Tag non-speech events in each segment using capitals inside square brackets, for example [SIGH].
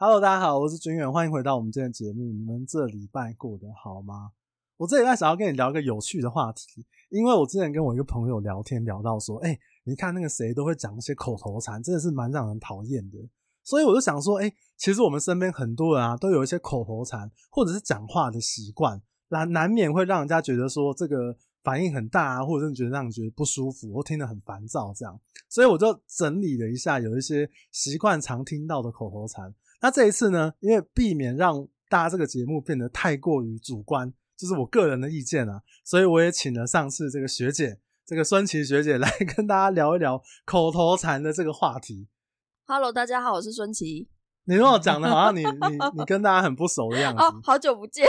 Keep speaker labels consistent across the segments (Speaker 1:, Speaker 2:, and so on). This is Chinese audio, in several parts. Speaker 1: Hello，大家好，我是君远，欢迎回到我们今天的节目。你们这礼拜过得好吗？我这礼拜想要跟你聊一个有趣的话题，因为我之前跟我一个朋友聊天，聊到说，哎、你看那个谁都会讲一些口头禅，真的是蛮让人讨厌的。所以我就想说，哎、其实我们身边很多人啊，都有一些口头禅或者是讲话的习惯，难难免会让人家觉得说这个反应很大啊，或者是觉得让人觉得不舒服，或听得很烦躁这样。所以我就整理了一下，有一些习惯常听到的口头禅。那这一次呢，因为避免让大家这个节目变得太过于主观，就是我个人的意见啊，所以我也请了上次这个学姐，这个孙琦学姐来 [LAUGHS] 跟大家聊一聊口头禅的这个话题。
Speaker 2: Hello，大家好，我是孙琦。
Speaker 1: 你让我讲的好像
Speaker 2: [LAUGHS]
Speaker 1: 你你你跟大家很不熟的样子，
Speaker 2: 哦，好久
Speaker 1: [LAUGHS]
Speaker 2: 不见，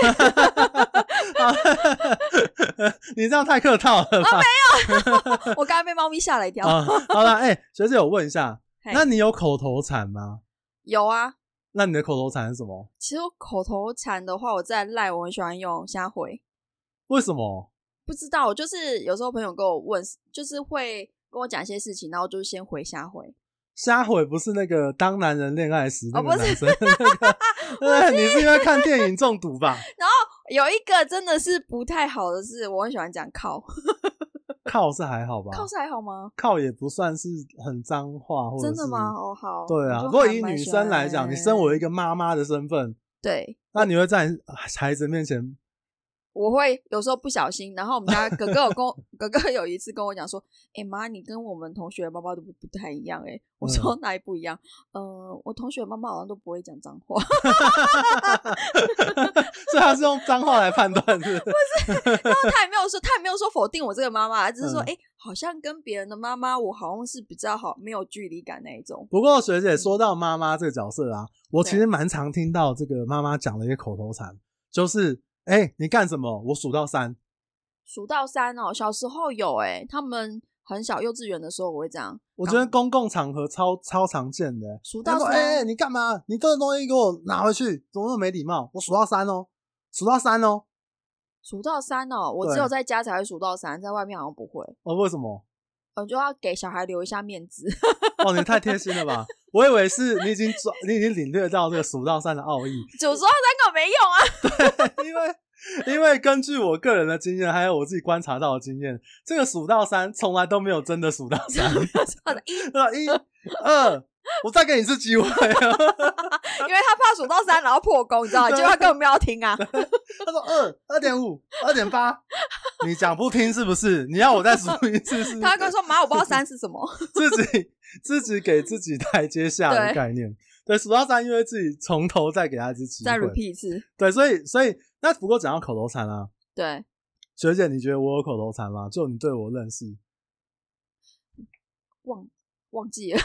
Speaker 1: 你这样太客套了
Speaker 2: 哦
Speaker 1: 吧？
Speaker 2: 我刚才被猫咪吓了一跳。
Speaker 1: 啊、好了，哎、学姐，我问一下，
Speaker 2: 嘿
Speaker 1: 那你有口头禅吗？
Speaker 2: 有啊，
Speaker 1: 那你的口头禅是什么？
Speaker 2: 其实我口头禅的话，我在赖我很喜欢用瞎回。
Speaker 1: 为什么？
Speaker 2: 不知道，就是有时候朋友跟我问，就是会跟我讲一些事情，然后就是先回瞎回。
Speaker 1: 瞎回不是那个当男人恋爱时那
Speaker 2: 哦
Speaker 1: 个
Speaker 2: 不是
Speaker 1: 男生的那
Speaker 2: [LAUGHS]
Speaker 1: 个，对，你是因为看电影中毒吧？
Speaker 2: 有一个真的是不太好的是，我很喜欢讲靠，
Speaker 1: 靠是还好吧？
Speaker 2: 靠是还好吗？
Speaker 1: 靠也不算是很脏话，或者
Speaker 2: 真的
Speaker 1: 是
Speaker 2: 吗？？哦，好。
Speaker 1: 对啊，
Speaker 2: 我就
Speaker 1: 如果
Speaker 2: 还
Speaker 1: 以
Speaker 2: 蛮
Speaker 1: 女
Speaker 2: 喜
Speaker 1: 生来讲，
Speaker 2: 欢
Speaker 1: 你身为一个妈妈的身份，
Speaker 2: 对，
Speaker 1: 那你会在孩子面前
Speaker 2: 我会有时候不小心，然后我们家哥哥有
Speaker 1: [LAUGHS]
Speaker 2: 跟我哥哥有一次跟我讲说：“哎、妈，你跟我们同学的包包都不不太一样。”哎，我说
Speaker 1: 嗯
Speaker 2: 哪里不一样？呃，我同学的妈妈好像都不会讲脏话， [LAUGHS]
Speaker 1: 所以他是用脏话来判断，是不是？
Speaker 2: 然后他也没有说，他也没有说否定我这个妈妈，只是说：“
Speaker 1: 嗯
Speaker 2: 哎、好像跟别人的妈妈，我好像是比较好，没有距离感那一种。
Speaker 1: [LAUGHS] 不过学姐说到妈妈这个角色啊，我
Speaker 2: 对
Speaker 1: 其实蛮常听到这个妈妈讲的一些口头禅，就是哎、你干什么？我数到三。”
Speaker 2: 数到三哦，小时候有哎、他们很小幼稚园的时候我会这样
Speaker 1: 我觉得公共场合超超常见的、欸，
Speaker 2: 哦数
Speaker 1: 他
Speaker 2: 到
Speaker 1: 说：“
Speaker 2: 三，
Speaker 1: 哎、你干嘛？你这个东西给我拿回去，怎么那么没礼貌？我数到三哦，数到三哦。
Speaker 2: 数到三哦，我
Speaker 1: 对
Speaker 2: 只有在家才会数到三，在外面好像不会，
Speaker 1: 哦，为什么？
Speaker 2: 我就要给小孩留一下面子。
Speaker 1: [LAUGHS] 哦，你太贴心了吧！我以为是你已经抓，你已经领略到这个数到三的奥义， [LAUGHS]
Speaker 2: 九十二三个没用啊！
Speaker 1: 因为因为根据我个人的经验，还有我自己观察到的经验，这个数到三从来都没有真的数到三。啊
Speaker 2: 他的
Speaker 1: [LAUGHS]
Speaker 2: 一，
Speaker 1: 一、二，我再给你一次机会。啊
Speaker 2: 因为他怕数到三然后破功，你知道吗？
Speaker 1: 对
Speaker 2: 结果他根本没有
Speaker 1: [LAUGHS]
Speaker 2: 听
Speaker 1: [LAUGHS]
Speaker 2: 啊。
Speaker 1: 他说二、二点五、二点八，你讲不听是不是？你要我再数一次是不是？
Speaker 2: 他会跟我说：“妈，我不知道三是
Speaker 1: [LAUGHS]
Speaker 2: 什么。
Speaker 1: 自己自己给自己台阶下的
Speaker 2: 对
Speaker 1: 概念。对，数到三，因为自己从头再给他一次”机
Speaker 2: 再
Speaker 1: 会。
Speaker 2: repeat 一次。
Speaker 1: 对，所以所以那不过讲到口头禅啊，
Speaker 2: 对，
Speaker 1: 学姐，你觉得我有口头禅吗？就你对我认识，
Speaker 2: 忘忘记
Speaker 1: [LAUGHS]
Speaker 2: 了，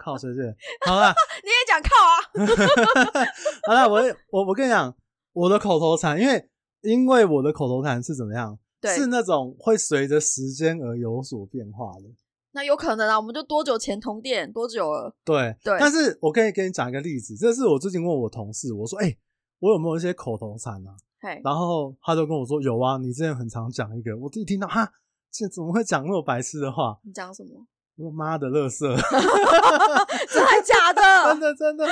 Speaker 1: 靠学姐，好啦
Speaker 2: 你也讲靠啊？
Speaker 1: 好啦，我我我跟你讲，我的口头禅，因为因为我的口头禅是怎么样？
Speaker 2: 对
Speaker 1: 是那种会随着时间而有所变化的。
Speaker 2: 那有可能啊，我们就多久前同店多久了？
Speaker 1: 对，
Speaker 2: 对
Speaker 1: 但是我可以跟你讲一个例子，这是我最近问我同事，我说，哎、我有没有一些口头禅啊？
Speaker 2: 嘿，
Speaker 1: 然后他就跟我说：“有啊，你之前很常讲一个。”我一听到哈，这怎么会讲那么白痴的话？
Speaker 2: 你讲什么？ [LAUGHS]
Speaker 1: 我妈的，乐色！
Speaker 2: 真的
Speaker 1: [LAUGHS]
Speaker 2: 假
Speaker 1: 真
Speaker 2: 的？
Speaker 1: 的真
Speaker 2: [LAUGHS]
Speaker 1: 的，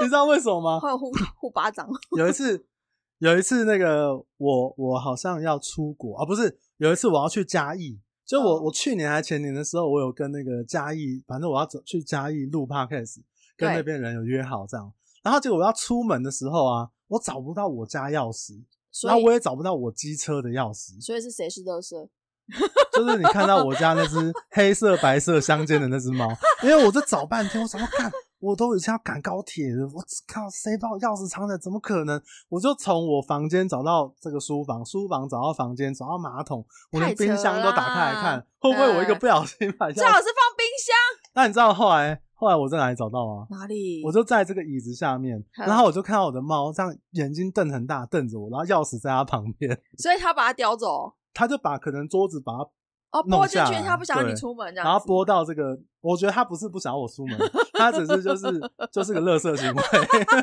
Speaker 1: 你知道为什么吗？
Speaker 2: 还
Speaker 1: [LAUGHS]
Speaker 2: 有互互巴掌，
Speaker 1: 有一次，有一次那个我我好像要出国啊，不是，有一次我要去嘉义，就我、
Speaker 2: 哦
Speaker 1: 我去年还前年的时候，我有跟那个嘉义，反正我要走去嘉义录 podcast，跟
Speaker 2: 对
Speaker 1: 那边人有约好这样。然后结果我要出门的时候啊，我找不到我家钥匙，
Speaker 2: 所
Speaker 1: 然后
Speaker 2: 以
Speaker 1: 我也找不到我机车的钥匙，
Speaker 2: 所以是谁是乐色？
Speaker 1: 就是你看到我家那只黑色白色相间的那只猫，因为我这找半天，我想要看，我都已经要赶高铁了，我靠，谁把我钥匙藏起来？怎么可能？我就从我房间找到这个书房，书房找到房间，找到马桶，我连
Speaker 2: 太扯
Speaker 1: 冰箱都打开来看
Speaker 2: 啦，
Speaker 1: 会不会我一个
Speaker 2: 嗯
Speaker 1: 不小心把
Speaker 2: 最好
Speaker 1: 钥匙？
Speaker 2: 是放冰箱
Speaker 1: 那你知道后来后来我在哪里找到吗？
Speaker 2: 哪里？
Speaker 1: 我就在这个椅子下面，
Speaker 2: 嗯
Speaker 1: 然后我就看到我的猫这样眼睛瞪很大瞪着我，然后钥匙在它旁边，
Speaker 2: 所以他把它叼走
Speaker 1: 它就把可能桌子把它
Speaker 2: 哦，
Speaker 1: 弄
Speaker 2: 拨进去
Speaker 1: 下，来
Speaker 2: 他不想让
Speaker 1: 对
Speaker 2: 你出门这样子。
Speaker 1: 然后播到这个，我觉得他不是不想要我出门，他只是就是就是个乐色行为。 [LAUGHS]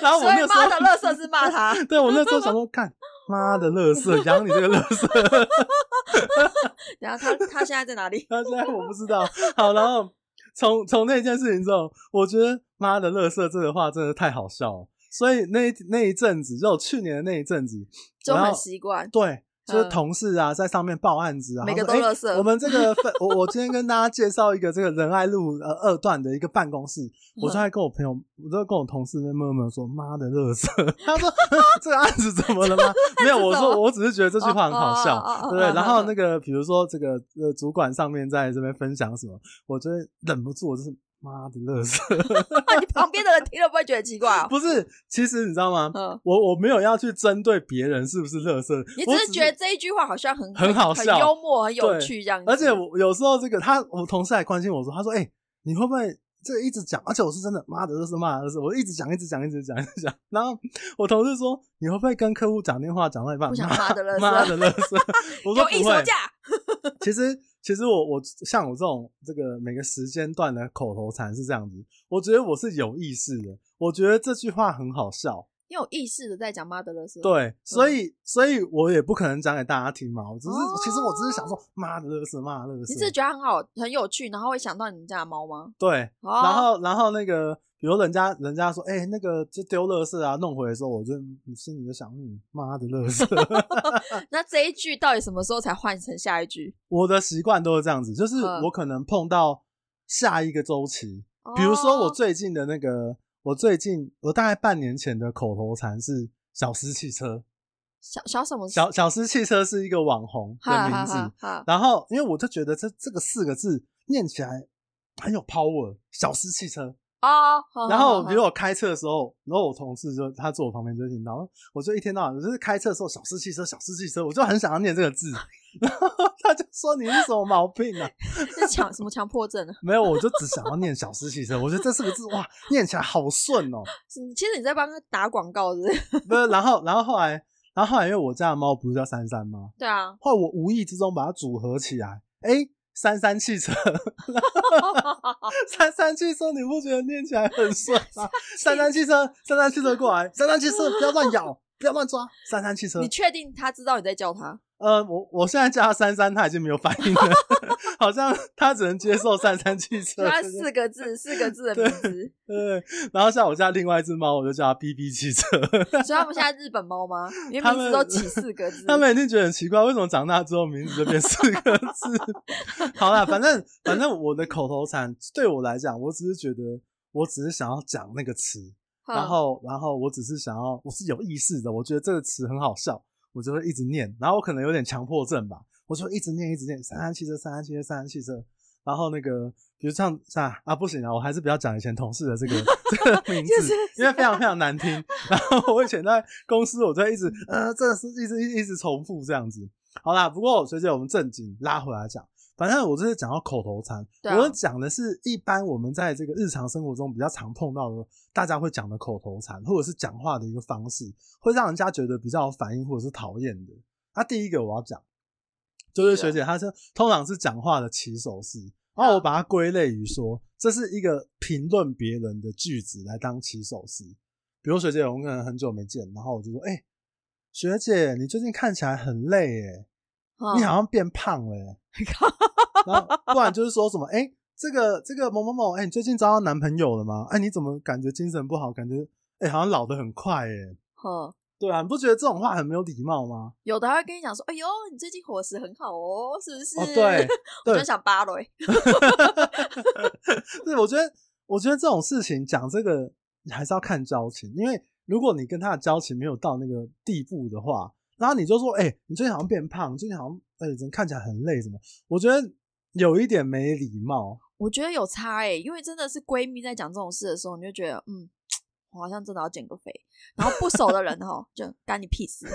Speaker 1: 然后我
Speaker 2: 所
Speaker 1: 那
Speaker 2: 以妈的
Speaker 1: 时
Speaker 2: 乐色是骂他， [LAUGHS]
Speaker 1: 候，对我那时候想说，看妈的乐色，养你这个乐色，
Speaker 2: 然后他他现在在哪里？
Speaker 1: 但现在我不知道。好，然后从从那件事情之后，我觉得妈的乐色这个话真的太好笑了。所以那一那一阵子，就去年的那一阵子，
Speaker 2: 就
Speaker 1: 然
Speaker 2: 很
Speaker 1: 后
Speaker 2: 习惯。
Speaker 1: 对，就是
Speaker 2: 嗯
Speaker 1: 同事啊，在上面报案子啊，
Speaker 2: 每个
Speaker 1: 他说
Speaker 2: 都
Speaker 1: 诶
Speaker 2: 垃圾
Speaker 1: 我们这个分，我我今天跟大家介绍一个这个仁爱路呃二段的一个办公室，
Speaker 2: 嗯
Speaker 1: 我就在跟我朋友，我就跟我同事在默默说：“妈的，乐色。” [LAUGHS] 他说：“这个案子怎么了吗？”没有，
Speaker 2: [LAUGHS] 是
Speaker 1: 我
Speaker 2: 什
Speaker 1: 说
Speaker 2: 么
Speaker 1: 我只是觉得这句话很好笑
Speaker 2: 哦哦哦
Speaker 1: 对
Speaker 2: 哦，
Speaker 1: 不对。
Speaker 2: 哦
Speaker 1: 然后
Speaker 2: 嗯
Speaker 1: 那个比如说这个呃主管上面在这边分享什么，我就会忍不住我就是妈的乐色，
Speaker 2: 你旁边的人听了不会觉得奇怪
Speaker 1: [LAUGHS]
Speaker 2: 哦？
Speaker 1: 不是？其实你知道吗？
Speaker 2: 嗯，
Speaker 1: 我我没有要去针对别人是不是乐色，
Speaker 2: 你
Speaker 1: 我
Speaker 2: 只是觉得这一句话好像很
Speaker 1: 很好
Speaker 2: 很
Speaker 1: 笑
Speaker 2: 幽默、很有
Speaker 1: 对
Speaker 2: 趣这样子。
Speaker 1: 而且我有时候这个他，我同事还关心我说，他说：“哎、你会不会这个一直讲？而且我是真的，妈的，这是骂的，这是我一直讲，一直讲，一直讲，一直讲。”然后我同事说：“你会不会跟客户讲电话讲到一半，
Speaker 2: 不想
Speaker 1: 妈
Speaker 2: 骂的乐
Speaker 1: 妈
Speaker 2: 色，
Speaker 1: 的乐色？”我说
Speaker 2: 有一
Speaker 1: 不
Speaker 2: 手
Speaker 1: 会。
Speaker 2: 价
Speaker 1: 其实其实我我像我这种这个每个时间段的口头禅是这样子，我觉得我是有意识的，我觉得这句话很好笑。
Speaker 2: 你有意识的在讲妈的乐色。，
Speaker 1: 对，所以、所以我也不可能讲给大家听嘛，我只是、其实我只是想说，妈的乐色，妈的乐色。
Speaker 2: 哦你只是觉得很好、很有趣，然后会想到你们家的猫吗？
Speaker 1: 对，
Speaker 2: 哦
Speaker 1: 然后然后那个，比如人家人家说，哎、那个就丢垃圾啊，弄回来的时候，我就心里就想，嗯，妈的垃
Speaker 2: [LAUGHS]
Speaker 1: 圾。
Speaker 2: 那这一句到底什么时候才换成下一句？
Speaker 1: 我的习惯都是这样子，就是
Speaker 2: 嗯
Speaker 1: 我可能碰到下一个周期，比如说我
Speaker 2: 哦
Speaker 1: 最近的那个，我最近我大概半年前的口头禅是小司汽车，
Speaker 2: 小小什么
Speaker 1: 小小司汽车是一个网红的
Speaker 2: 哈
Speaker 1: 名
Speaker 2: 哈
Speaker 1: 字
Speaker 2: 哈，哈，
Speaker 1: 然后因为我就觉得这这个四个字念起来很有 power，小司汽车。
Speaker 2: 哦，好
Speaker 1: 然后，
Speaker 2: 好好
Speaker 1: 比如我开车的时候，然后我同事就他坐我旁边就听到，我就一天到晚就是开车的时候，小司汽车，小司汽车，我就很想要念这个
Speaker 2: [LAUGHS]
Speaker 1: 字，然后他就说你是什么毛病啊？ [LAUGHS]
Speaker 2: 是强什么强迫症啊？
Speaker 1: 没有，我就只想要念小司汽车，我觉得这四个字哇，念起来好顺哦。 [LAUGHS]
Speaker 2: 是其实你在帮他打广告是不是？
Speaker 1: 不是，然后然后后来，然后后来因为我家的猫不是叫珊珊吗？
Speaker 2: 对啊，
Speaker 1: 后来我无意之中把它组合起来，哎，珊珊汽车， [LAUGHS] 三三汽车，你不觉得念起来很顺吗？三三汽车，三三汽车过来，三三汽车，不要乱咬，不要乱抓，三三汽车
Speaker 2: 你。确定他知道你在叫他？
Speaker 1: 呃，我我现在叫他三三，他已经没有反应了， [LAUGHS] 好像他只能接受三三汽车
Speaker 2: 就。他
Speaker 1: 这件
Speaker 2: 四个字，四个字的名字，
Speaker 1: [LAUGHS] 对，然后像我家另外一只猫，我就叫它 BB 汽车。
Speaker 2: 所以他们现在日本猫吗？因为
Speaker 1: 他
Speaker 2: 名字
Speaker 1: 们
Speaker 2: 都起四个
Speaker 1: [LAUGHS]
Speaker 2: 字，
Speaker 1: 他们一定觉得很奇怪，为什么长大之后名字就变四个字？ [LAUGHS] 好啦，反正反正我的口头禅对我来讲，我只是觉得，我只是想要讲那个词，
Speaker 2: 哼
Speaker 1: 然后，然后我只是想要，我是有意识的，我觉得这个词很好笑，我就会一直念。然后我可能有点强迫症吧，我就一直念，一直念。三三汽车，三三汽车，三三汽车。然后那个，比如像像啊，不行啊，我还是不要讲以前同事的
Speaker 2: [LAUGHS]
Speaker 1: 这个这个名字，
Speaker 2: 就是
Speaker 1: 因为非常非常难听。然后我以前在公司，我就一直呃，这个是一直一直重复这样子。好啦，不过随着我们正经拉回来讲，反正我就是讲到口头禅，
Speaker 2: 对啊
Speaker 1: 我讲的是一般我们在这个日常生活中比较常碰到的，大家会讲的口头禅，或者是讲话的一个方式，会让人家觉得比较有反应或者是讨厌的。那、第一个我要讲，就是
Speaker 2: 是啊嗯
Speaker 1: 学姐她是通常是讲话的起手式，然后我把它归类于说，这是一个评论别人的句子来当起手式。比如学姐，我们可能很久没见，然后我就说，哎、学姐，你最近看起来很累耶、
Speaker 2: 嗯
Speaker 1: 你好像变胖了、
Speaker 2: [LAUGHS]
Speaker 1: 欸。然后不然就是说什么，哎、这个这个某某某，哎、你最近找到男朋友了吗？哎、你怎么感觉精神不好？感觉哎、好像老得很快、欸，哎，
Speaker 2: 哼
Speaker 1: 对啊，你不觉得这种话很没有礼貌吗？
Speaker 2: 有的还会跟你讲说：“哎呦，你最近伙食很好哦，是不是？”
Speaker 1: 哦，对
Speaker 2: [LAUGHS]
Speaker 1: [LAUGHS]
Speaker 2: 我
Speaker 1: 对
Speaker 2: 就，想扒了欸。
Speaker 1: 对，我觉得我觉得这种事情讲这个你还是要看交情，因为如果你跟他的交情没有到那个地步的话，然后你就说，哎、你最近好像变胖，最近好像哎、人看起来很累，什么？我觉得有一点没礼貌。
Speaker 2: 我觉得有差哎、因为真的是闺蜜在讲这种事的时候，你就觉得嗯，我好像真的要减个肥。然后不熟的人哈，就干你屁事。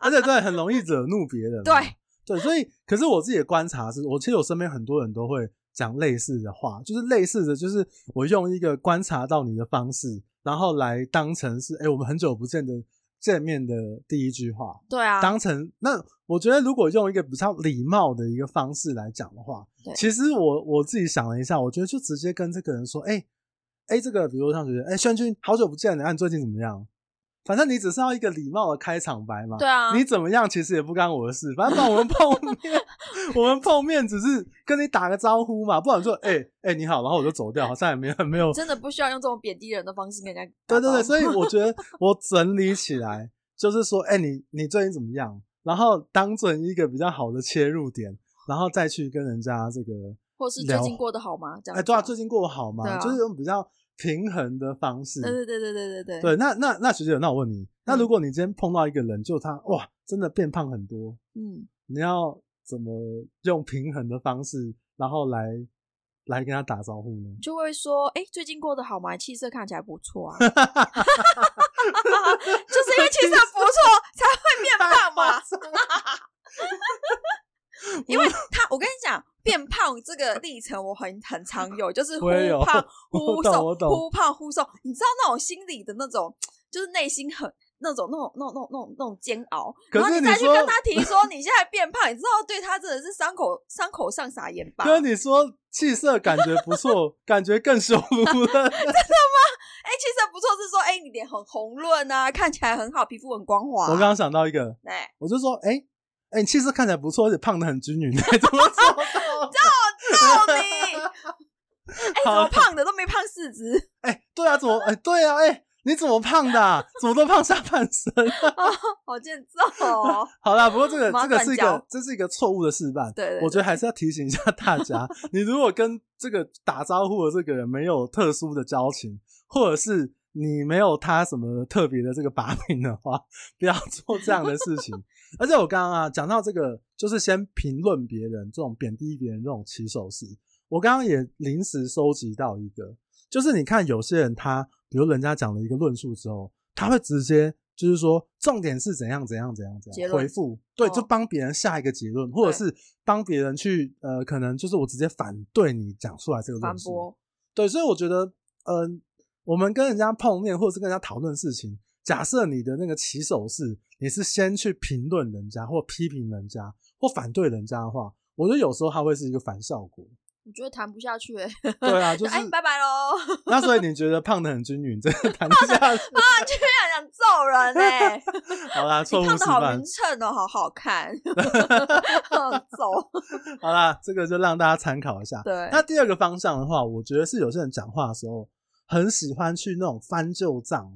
Speaker 1: 而且对，很容易惹怒别人嘛。
Speaker 2: 对
Speaker 1: 对，所以可是我自己的观察是，我其实我身边很多人都会讲类似的话，就是类似的，就是我用一个观察到你的方式，然后来当成是，哎、我们很久不见的见面的第一句话，
Speaker 2: 对啊，
Speaker 1: 当成那我觉得如果用一个比较礼貌的一个方式来讲的话
Speaker 2: 对，
Speaker 1: 其实我我自己想了一下，我觉得就直接跟这个人说，哎、哎、这个比如像学姐，哎、轩君，好久不见了，啊，你最近怎么样？反正你只是要一个礼貌的开场白嘛。
Speaker 2: 对啊
Speaker 1: 你怎么样其实也不干我的事，反正把我们碰面， [LAUGHS] 我们碰面只是跟你打个招呼嘛，不然
Speaker 2: [LAUGHS]
Speaker 1: 说哎哎、你好，然后我就走掉，好像也没有没有。
Speaker 2: 真的不哦需要用这种贬低人的方式跟人家
Speaker 1: 对
Speaker 2: 打
Speaker 1: 对
Speaker 2: 招呼。
Speaker 1: 对，所以我觉得我整理起来就是说，哎、你你最近怎么样？然后当成一个比较好的切入点，然后再去跟人家这个
Speaker 2: 或是最近
Speaker 1: 聊
Speaker 2: 过得好吗？这样
Speaker 1: 哎，
Speaker 2: 子
Speaker 1: 对
Speaker 2: 啊
Speaker 1: 啊，最近过得好吗？
Speaker 2: 对啊
Speaker 1: 就是用比较平衡的方式。
Speaker 2: 对对对对对对对，
Speaker 1: 对，那那那学姐，那我问你，那
Speaker 2: 嗯
Speaker 1: 如果你今天碰到一个人，就他哇，真的变胖很多，
Speaker 2: 嗯，
Speaker 1: 你要怎么用平衡的方式，然后来来跟他打招呼呢？
Speaker 2: 就会说，哎，最近过得好吗？气色看起来不
Speaker 1: [LAUGHS]
Speaker 2: 错啊，就是因为气色不错才会变胖
Speaker 1: [LAUGHS]
Speaker 2: 嘛。 [LAUGHS] 因为他，我跟你讲，变胖这个历程我很很常有，就是忽
Speaker 1: 我也有
Speaker 2: 胖
Speaker 1: 我
Speaker 2: 忽
Speaker 1: 懂
Speaker 2: 瘦
Speaker 1: 我懂，
Speaker 2: 忽胖忽瘦。你知道那种心理的那种，就是内心很那种那种那种那种那种那种煎熬，
Speaker 1: 可
Speaker 2: 然后
Speaker 1: 是
Speaker 2: 你
Speaker 1: 你
Speaker 2: 再去
Speaker 1: 说
Speaker 2: 跟他提说你现在变胖，你知道对他真的是伤口伤口上撒盐吧？
Speaker 1: 跟你说气色感觉不错，感觉更羞辱
Speaker 2: [LAUGHS]
Speaker 1: 了。
Speaker 2: 哎、其实不错，是说哎、你脸很红润啊，看起来很好，皮肤很光滑、
Speaker 1: 我刚刚想到一个，
Speaker 2: 哎、
Speaker 1: 我就说，哎、哎、你气色看起来不错，而且胖的很均匀，怎么做 [LAUGHS] 到？
Speaker 2: 到底哎、
Speaker 1: [LAUGHS]
Speaker 2: 怎
Speaker 1: 好
Speaker 2: 么胖的都没胖四肢？
Speaker 1: 哎、对啊，怎么？哎、对啊，哎、你怎么胖的、啊？怎么都胖下半身？ [LAUGHS]
Speaker 2: 好欠揍哦！
Speaker 1: 好啦，不过这个
Speaker 2: 麻
Speaker 1: 这
Speaker 2: 烦
Speaker 1: 个是一个
Speaker 2: 交
Speaker 1: 这是一个错误的示范。
Speaker 2: 对对对
Speaker 1: 我觉得还是要提醒一下大家，你如果跟这个打招呼的这个人没有特殊的交情，或者是你没有他什么特别的这个把柄的话，不要做这样的事情。而且我刚刚啊讲到这个，就是先评论别人这种贬低别人这种起手式，我刚刚也临时收集到一个，就是你看有些人他，比如人家讲了一个论述之后，他会直接就是说重点是怎样怎样怎样怎
Speaker 2: 结
Speaker 1: 样
Speaker 2: 论
Speaker 1: 回复，对，
Speaker 2: 哦
Speaker 1: 就帮别人下一个结论，或者是帮别人去呃，可能就是我直接反对你讲出来这个
Speaker 2: 反
Speaker 1: 论述，
Speaker 2: 驳，
Speaker 1: 对，所以我觉得，嗯、我们跟人家碰面或者是跟人家讨论事情，假设你的那个起手是你是先去评论人家或批评人家或反对人家的话，我觉得有时候它会是一个反效果。
Speaker 2: 我觉得谈不下去、哎
Speaker 1: [LAUGHS] 对
Speaker 2: [LAUGHS]
Speaker 1: 啊，就是
Speaker 2: 哎，拜
Speaker 1: [LAUGHS]
Speaker 2: 拜喽！
Speaker 1: 那所以你觉得胖的很均匀，这个 [LAUGHS] 谈
Speaker 2: [LAUGHS]
Speaker 1: 不下去。
Speaker 2: 啊居然想揍人哎、
Speaker 1: 好啦， [LAUGHS] 错误
Speaker 2: 你
Speaker 1: 示
Speaker 2: 胖的好
Speaker 1: 范
Speaker 2: 匀。称哦，好
Speaker 1: [LAUGHS]
Speaker 2: 好看，想揍。哦
Speaker 1: 好啦，这个就让大家参考一下。
Speaker 2: 对，
Speaker 1: 那第二个方向的话，我觉得是有些人讲话的时候很喜欢去那种翻旧账，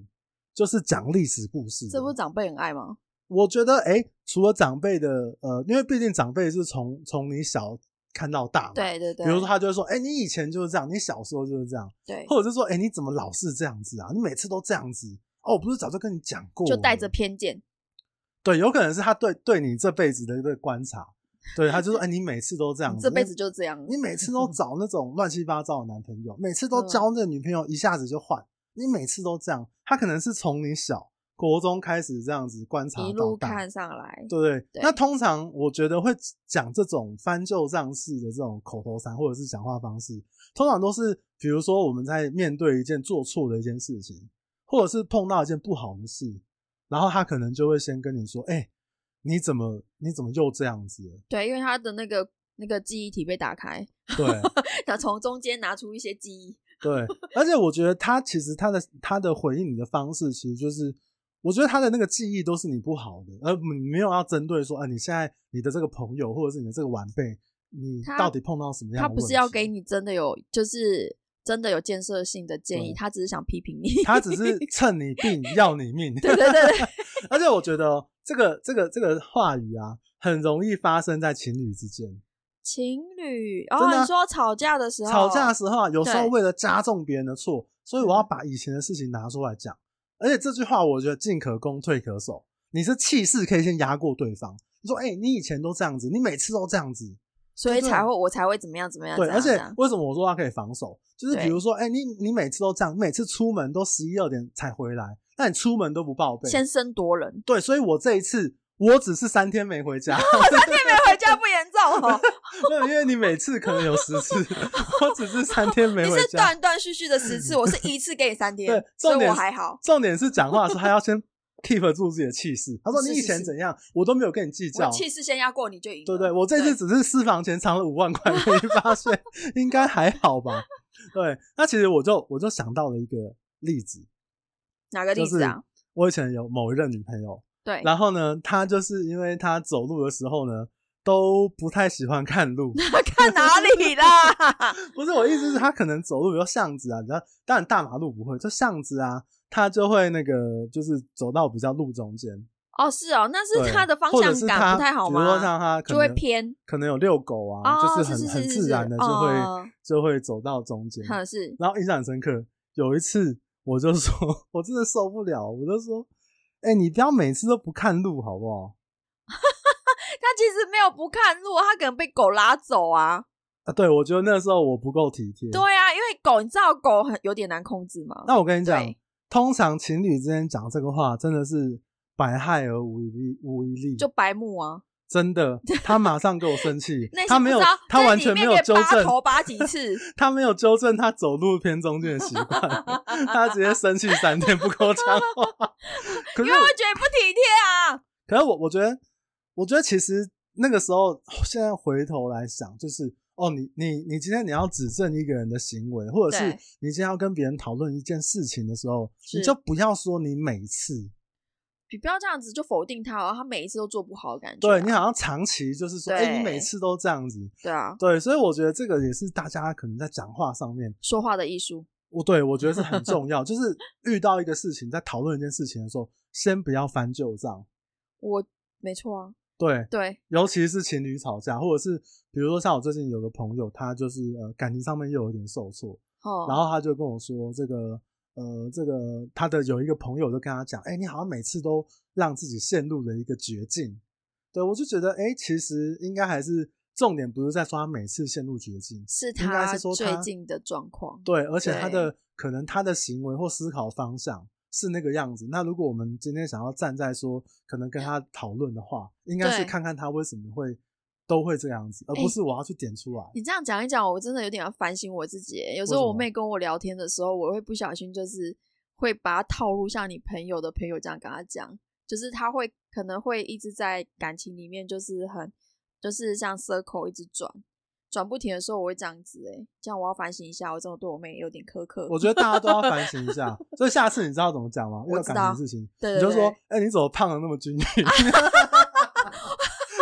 Speaker 1: 就是讲历史故事的。
Speaker 2: 这不是长辈很爱吗？
Speaker 1: 我觉得，哎、除了长辈的，呃，因为毕竟长辈是从从你小看到大嘛。。
Speaker 2: 对对对，
Speaker 1: 比如说，他就会说：“哎、你以前就是这样，你小时候就是这样，
Speaker 2: 对，
Speaker 1: 或者是说，哎、你怎么老是这样子啊？你每次都这样子哦，我不是早就跟你讲过了，
Speaker 2: 就带着偏见，
Speaker 1: 对，有可能是他对对你这辈子的一个观察，对他就说，哎、你每次都这样
Speaker 2: 你
Speaker 1: 子，
Speaker 2: 这辈子就这样。
Speaker 1: 你每次都找那种乱七八糟的男朋友，每次
Speaker 2: 嗯
Speaker 1: 都交那个女朋友一下子就换，你每次都这样，他可能是从你小国中开始这样子观察
Speaker 2: 一
Speaker 1: 到
Speaker 2: 路
Speaker 1: 大，
Speaker 2: 看上来，
Speaker 1: 对不对？
Speaker 2: 对
Speaker 1: 那通常我觉得会讲这种翻旧账式的这种口头禅或者是讲话方式，通常都是比如说我们在面对一件做错的一件事情，或者是碰到一件不好的事，然后他可能就会先跟你说：“哎、你怎么你怎么又这样子了
Speaker 2: 对，因为他的那个那个记忆体被打开，？”
Speaker 1: 对
Speaker 2: 那从中间拿出一些记忆，
Speaker 1: 对，而且我觉得他其实他的他的回应你的方式，其实就是我觉得他的那个记忆都是你不好的，而你没有要针对说啊，你现在你的这个朋友或者是你的这个晚辈，你
Speaker 2: 他
Speaker 1: 到底碰到什么样的
Speaker 2: 他
Speaker 1: 问
Speaker 2: 不
Speaker 1: 题？
Speaker 2: 是要给你真的有，就是真的有建设性的建议，
Speaker 1: 对
Speaker 2: 他只是想批评你。 [LAUGHS]
Speaker 1: 他只是趁你病要你命。
Speaker 2: 对对对对，
Speaker 1: 而且我觉得哦这个这个这个话语啊，很容易发生在情侣之间。
Speaker 2: 情侣
Speaker 1: 真
Speaker 2: 哦，
Speaker 1: 的啊
Speaker 2: 你说吵架的时候，
Speaker 1: 吵架的时候啊，有时候
Speaker 2: 哦对嗯
Speaker 1: 为了加重别人的错，所以我要把以前的事情拿出来讲。而且这句话，我觉得进可攻，退可守。你是气势可以先压过对方。你说，哎、你以前都这样子，你每次都这样子，
Speaker 2: 所以
Speaker 1: 就是
Speaker 2: 才会我才会怎么样怎么样。
Speaker 1: 对。
Speaker 2: 怎啊样
Speaker 1: 而且
Speaker 2: 怎样
Speaker 1: 为什么我说他可以防守？就是比
Speaker 2: 对
Speaker 1: 如说，哎、你你每次都这样，你每次出门都十一二点才回来，那你出门都不报备，
Speaker 2: 先声夺人，
Speaker 1: 对。所以我这一次，我只是三天 [LAUGHS] 没回家， [LAUGHS]
Speaker 2: 没有回家不严重 [LAUGHS] 哦，
Speaker 1: 没有因为你每次可能有十次， [LAUGHS] 我只是三天没
Speaker 2: 你
Speaker 1: 回家。
Speaker 2: 是断断续续的十次，我是一次给你
Speaker 1: [LAUGHS]
Speaker 2: 三天
Speaker 1: 对，
Speaker 2: 所
Speaker 1: 重
Speaker 2: 以
Speaker 1: 点
Speaker 2: 我
Speaker 1: 是
Speaker 2: 还好。
Speaker 1: 重点是讲话的时候，他要
Speaker 2: [LAUGHS]
Speaker 1: 先 keep 住自己的气势。他说：“
Speaker 2: 是
Speaker 1: 你
Speaker 2: 是
Speaker 1: 以前
Speaker 2: 是
Speaker 1: 怎样，我都没有跟你计
Speaker 2: 我
Speaker 1: 较。”
Speaker 2: 气势先压过你就赢了。
Speaker 1: 对对，我这次只是私房钱藏了五万块，
Speaker 2: [LAUGHS]
Speaker 1: 没发现，应该还好吧？对，那其实我就我就想到了一个例子，
Speaker 2: 哪个例
Speaker 1: 就
Speaker 2: 子
Speaker 1: 是
Speaker 2: 啊？
Speaker 1: 我以前有某一任女朋友，
Speaker 2: 对，
Speaker 1: 然后呢，她就是因为她走路的时候呢，都不太喜欢看
Speaker 2: [LAUGHS]
Speaker 1: 路。
Speaker 2: [LAUGHS] 看哪里啦？
Speaker 1: 不是我意思是，她可能走路，比如巷子啊，你知道，当然大马路不会，就巷子啊，她就会那个就是走到比较路中间。
Speaker 2: 哦，是哦，那
Speaker 1: 对
Speaker 2: 是他的方
Speaker 1: 或者
Speaker 2: 向
Speaker 1: 是
Speaker 2: 感
Speaker 1: 她
Speaker 2: 不太好
Speaker 1: 比如说
Speaker 2: 吗？
Speaker 1: 像她可
Speaker 2: 就会
Speaker 1: 能
Speaker 2: 偏
Speaker 1: 可能有遛狗啊，
Speaker 2: 哦，
Speaker 1: 就是
Speaker 2: 是
Speaker 1: 很
Speaker 2: 是
Speaker 1: 很
Speaker 2: 是
Speaker 1: 自
Speaker 2: 是
Speaker 1: 然的就会
Speaker 2: 哦
Speaker 1: 就会走到中间。
Speaker 2: 嗯是
Speaker 1: 然后印象很深刻，有一次我就说，我真的受不了，我就说，哎、你不要每次都不看路好不好？
Speaker 2: 他其实没有不看路，他可能被狗拉走啊。
Speaker 1: 啊，对，我觉得那时候我不够体贴。
Speaker 2: 对，啊，因为狗，你知道狗很有点难控制嘛。
Speaker 1: 那我跟你讲
Speaker 2: 对，
Speaker 1: 通常情侣之间讲这个话，真的是百害而无一利，无一利。
Speaker 2: 就白目啊，
Speaker 1: 真的，他马上给我生气
Speaker 2: [LAUGHS] 内，心
Speaker 1: 他
Speaker 2: 不
Speaker 1: 没有
Speaker 2: 知道，
Speaker 1: 他
Speaker 2: 在
Speaker 1: 完
Speaker 2: 里
Speaker 1: 全没
Speaker 2: 面
Speaker 1: 有
Speaker 2: 可以
Speaker 1: 纠
Speaker 2: 拔
Speaker 1: 正，
Speaker 2: 头拔几
Speaker 1: [LAUGHS]
Speaker 2: 次
Speaker 1: 他没有纠正他走路偏中间的习惯，
Speaker 2: [LAUGHS]
Speaker 1: 他直接生气三天不跟我讲话。可
Speaker 2: 因
Speaker 1: 是
Speaker 2: 为
Speaker 1: 我
Speaker 2: 我觉得你不体贴啊。
Speaker 1: 可是我我觉得，我觉得其实那个时候，哦现在回头来想，就是哦，你你你今天你要指正一个人的行为，或者是
Speaker 2: 对
Speaker 1: 你今天要跟别人讨论一件事情的时候，你
Speaker 2: 是
Speaker 1: 就不要说你每次，
Speaker 2: 你不要这样子就否定他哦，他每一次都做不好的感觉啊、
Speaker 1: 对你好像长期就是说，哎、
Speaker 2: 对
Speaker 1: 你每次都这样子，
Speaker 2: 对啊，
Speaker 1: 对，所以我觉得这个也是大家可能在讲话上面，
Speaker 2: 说话的艺术，
Speaker 1: 我对我觉得是很重要，就是遇到一个事情，在讨论一件事情的时候，先不要翻旧账，
Speaker 2: 我没错啊，
Speaker 1: 对，
Speaker 2: 对，
Speaker 1: 尤其是情侣吵架，或者是比如说像我最近有个朋友，他就是呃感情上面又有点受挫，
Speaker 2: 哦，
Speaker 1: 然后他就跟我说这个呃这个他的有一个朋友就跟他讲，哎、你好像每次都让自己陷入了一个绝境，对我就觉得哎、诶其实应该还是重点不是在说他每次陷入绝境，
Speaker 2: 是
Speaker 1: 应该
Speaker 2: 他
Speaker 1: 是说
Speaker 2: 最
Speaker 1: 他
Speaker 2: 近的状况，
Speaker 1: 对，而且他
Speaker 2: 对
Speaker 1: 的可能他的行为或思考方向。是那个样子。那如果我们今天想要站在说，可能跟他讨论的话，应该是
Speaker 2: 对
Speaker 1: 看看他为什么会都会这样子，而不
Speaker 2: 哎
Speaker 1: 是我要去点出来。
Speaker 2: 你这样讲一讲，我真的有点要反省我自己耶。有时
Speaker 1: 为什
Speaker 2: 候
Speaker 1: 么
Speaker 2: 我妹跟我聊天的时候，我会不小心就是会把她套路像你朋友的朋友这样跟她讲，就是她会可能会一直在感情里面就是很就是像 circle 一直转转不停的时候，我会这样子哎，这样我要反省一下，我这么对我妹有点苛刻。
Speaker 1: 我觉得大家都要反省一
Speaker 2: [LAUGHS]
Speaker 1: 下。所以下次你知道怎么讲吗？遇
Speaker 2: 我
Speaker 1: 到
Speaker 2: 知
Speaker 1: 感
Speaker 2: 道
Speaker 1: 情的事情，
Speaker 2: 对
Speaker 1: 你
Speaker 2: 对
Speaker 1: 就
Speaker 2: 对，
Speaker 1: 说：“哎、你怎么胖的那么均匀？” [LAUGHS]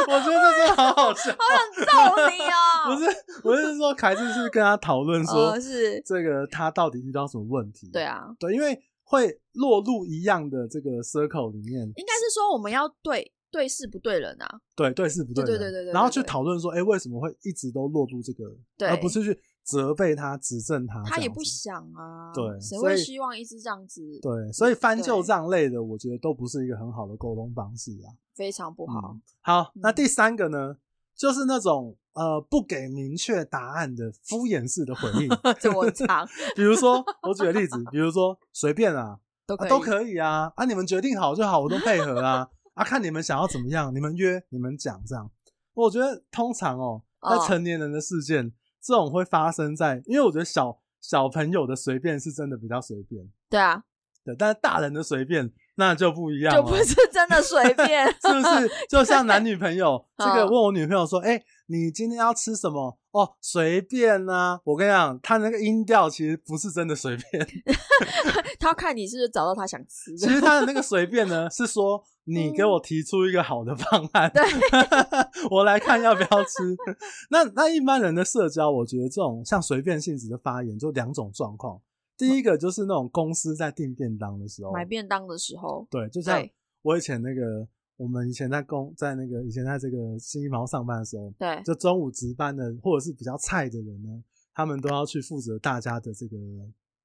Speaker 1: 我觉得这真的好好笑。
Speaker 2: 揍你哦，
Speaker 1: 不是，我是说，凯志是跟他讨论说、
Speaker 2: 呃是，
Speaker 1: 这个他到底遇到什么问题？
Speaker 2: 对，啊，
Speaker 1: 对，因为会落入一样的这个 circle 里面，
Speaker 2: 应该是说我们要对对事不对人啊，
Speaker 1: 对对是不
Speaker 2: 对
Speaker 1: 的
Speaker 2: 对对对对
Speaker 1: 然后
Speaker 2: 对
Speaker 1: 去
Speaker 2: 对
Speaker 1: 讨论说，哎、为什么会一直都落入这个，
Speaker 2: 对
Speaker 1: 而不是去责备他、指正他，
Speaker 2: 他
Speaker 1: 这
Speaker 2: 也
Speaker 1: 样
Speaker 2: 不
Speaker 1: 子
Speaker 2: 想啊，
Speaker 1: 对
Speaker 2: 谁
Speaker 1: 所
Speaker 2: 会
Speaker 1: 以
Speaker 2: 希望一直这样子？
Speaker 1: 对，所以翻旧
Speaker 2: 对
Speaker 1: 账类的，我觉得都不是一个很好的沟通方式啊。
Speaker 2: 非常不好 [LAUGHS]
Speaker 1: 嗯。好，那
Speaker 2: 嗯
Speaker 1: 第三个呢，就是那种呃不给明确答案的敷衍式的回应。
Speaker 2: 这么长
Speaker 1: [LAUGHS] 比如说，我举个例子，比如说随便啊
Speaker 2: 都
Speaker 1: 啊
Speaker 2: 可以，
Speaker 1: 都可以啊，啊你们决定好就好，我都配合啊啊，看你们想要怎么样，你们约，你们讲这样。我觉得通常哦，在
Speaker 2: 哦
Speaker 1: 成年人的事件，这种会发生在，因为我觉得小小朋友的随便是真的比较随便，
Speaker 2: 对啊，
Speaker 1: 对，但是大人的随便那就不一样了，，
Speaker 2: 就不是真的随便
Speaker 1: 是不是？
Speaker 2: [LAUGHS]
Speaker 1: 就像男女朋友，这
Speaker 2: 对
Speaker 1: 个
Speaker 2: 嗯
Speaker 1: 问我女朋友说：“哎、你今天要吃什么？”哦，随便啊。我跟你讲，他那个音调其实不是真的随便，
Speaker 2: 他要看你是不是找到他想吃
Speaker 1: 其
Speaker 2: 的，
Speaker 1: 实他的那个随便呢，是说你给我提出一个好的方案，
Speaker 2: 对
Speaker 1: [LAUGHS] 我来看要不要吃。 [LAUGHS] 那那一般人的社交，我觉得这种像随便性质的发言，就两种状况。第一个就是那种公司在订便当的时候，
Speaker 2: 买便当的时候，
Speaker 1: 对，就像
Speaker 2: 对
Speaker 1: 我以前那个，我们以前在公，在那个以前在这个新一毛上班的时候，
Speaker 2: 对
Speaker 1: 就中午值班的或者是比较菜的人呢，他们都要去负责大家的这个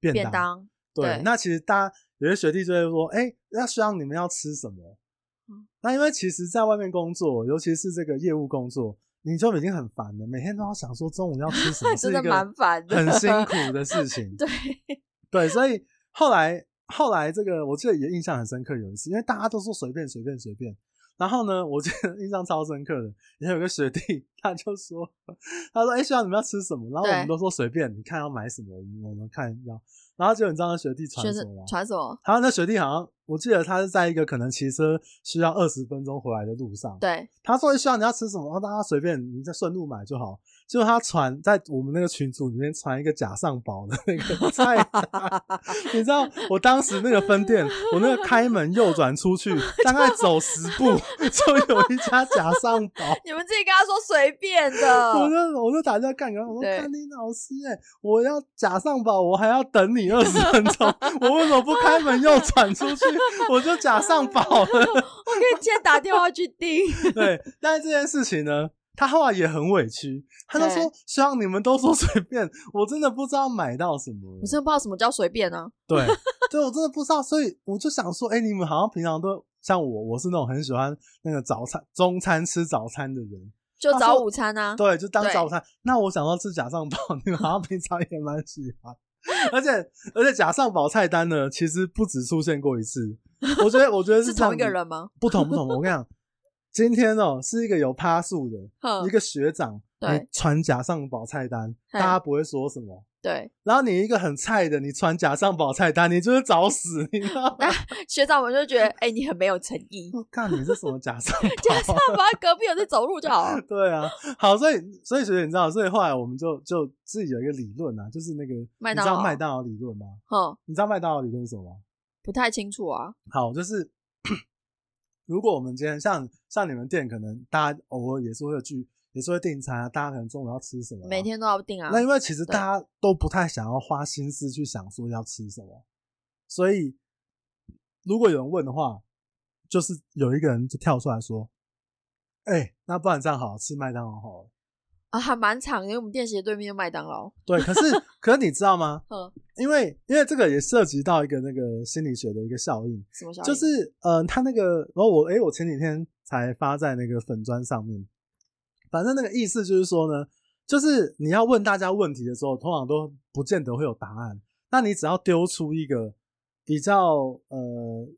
Speaker 1: 便
Speaker 2: 便当，
Speaker 1: 对，
Speaker 2: 对
Speaker 1: 那其实大家有些学弟就会说，哎、那希望你们要吃什么
Speaker 2: 嗯？
Speaker 1: 那因为其实在外面工作，尤其是这个业务工作，你就已经很烦了，每天都要想说中午要吃什么，是
Speaker 2: [LAUGHS] 真
Speaker 1: 一
Speaker 2: 的蛮
Speaker 1: 个
Speaker 2: 烦的，。
Speaker 1: 很辛苦的事情
Speaker 2: [LAUGHS] 对，
Speaker 1: 对，所以后来后来这个我记得也印象很深刻，有一次，因为大家都说随便随便随便，然后呢，我记得印象超深刻的，也有一个学弟，他就说，他说，哎、学长你们要吃什么？然后我们
Speaker 2: 对
Speaker 1: 都说随便，你看要买什么，我们我们看要，然后结果你知道那学弟传
Speaker 2: 学
Speaker 1: 什
Speaker 2: 生
Speaker 1: 么吗？啊
Speaker 2: 传什么？
Speaker 1: 然后那学弟好像，我我记得他是在一个可能骑车需要二十分钟回来的路上，
Speaker 2: 对，
Speaker 1: 他说需要你要吃什么，大家随便你在顺路买就好。结果他传在我们那个群组里面传一个假上堡的那个菜单，你知道我当时那个分店，我那个开门右转出去，大概走十步就有一家假上堡。
Speaker 2: 你们自己跟他说随便
Speaker 1: 我
Speaker 2: 的，
Speaker 1: 就我就打电话干，然后我说
Speaker 2: 嗯对
Speaker 1: 看你老师哎、我要假上堡，我还要等你二十分钟， [LAUGHS] 我为什么不开门右转出去，我就假上堡了？
Speaker 2: 我可以直接打电话去
Speaker 1: [LAUGHS]
Speaker 2: 订。
Speaker 1: 对，但是这件事情呢，他后来也很委屈，他就说希望你们都说随便，我真的不知道买到什么
Speaker 2: 我。真的不知道什么叫随便啊，
Speaker 1: 对，对我真的不知道，所以我就想说，哎、你们好像平常都像我，我是那种很喜欢那个早餐、中餐吃早餐的人，
Speaker 2: 就
Speaker 1: 他
Speaker 2: 早
Speaker 1: 说
Speaker 2: 午餐啊。
Speaker 1: 对，就当
Speaker 2: 对
Speaker 1: 早餐。那我想到吃假上堡，你们好像平常也蛮喜欢。而且而且假上堡菜单呢，其实不止出现过一次。我觉得我觉得
Speaker 2: 是
Speaker 1: 这样
Speaker 2: 同一个
Speaker 1: 子
Speaker 2: 人吗？
Speaker 1: 不同不同。我跟你讲，今天哦、是一个有趴数的
Speaker 2: 哼
Speaker 1: 一，个学长，
Speaker 2: 对
Speaker 1: 你传假上堡菜单，大
Speaker 2: 嘿
Speaker 1: 家不会说什么。
Speaker 2: 对，
Speaker 1: 然后你一个很菜的，你传假上堡菜单，你就是找死，你知道吗？ [LAUGHS]
Speaker 2: 学长们就觉得，哎、你很没有诚意。
Speaker 1: 我靠，你是什么假
Speaker 2: [LAUGHS]
Speaker 1: 上
Speaker 2: 加上
Speaker 1: 堡？
Speaker 2: 把隔壁有在走路就好了。
Speaker 1: [LAUGHS] 对啊，好，所以所以学姐你知道，所以后来我们就就自己有一个理论啊，就是那个
Speaker 2: 麦
Speaker 1: 你
Speaker 2: 当
Speaker 1: 知道
Speaker 2: 劳
Speaker 1: 麦当劳理论吗？
Speaker 2: 哼，
Speaker 1: 你知道麦当劳理论是什么吗？
Speaker 2: 不太清楚啊。
Speaker 1: 好，就是 [COUGHS] 如果我们今天像像你们店，可能大家偶尔也是会有聚，也是会订餐啊，大家可能中午要吃什么啊、
Speaker 2: 每天都要订啊。
Speaker 1: 那因为其实
Speaker 2: 对
Speaker 1: 大家都不太想要花心思去想说要吃什么，所以如果有人问的话，就是有一个人就跳出来说：“哎、那不然这样好了，吃麦当劳好了。”
Speaker 2: 啊，还蛮长的，因为我们店斜对面就麦当劳。
Speaker 1: 对，可
Speaker 2: [LAUGHS]
Speaker 1: 是可是你知道吗？
Speaker 2: 哼，
Speaker 1: 因为因为这个也涉及到一个那个心理学的一个效应，
Speaker 2: 什么小？
Speaker 1: 就是呃，他那个，然后我诶、我前几天才发在那个粉砖上面，反正那个意思就是说呢，就是你要问大家问题的时候，通常都不见得会有答案，那你只要丢出一个比较呃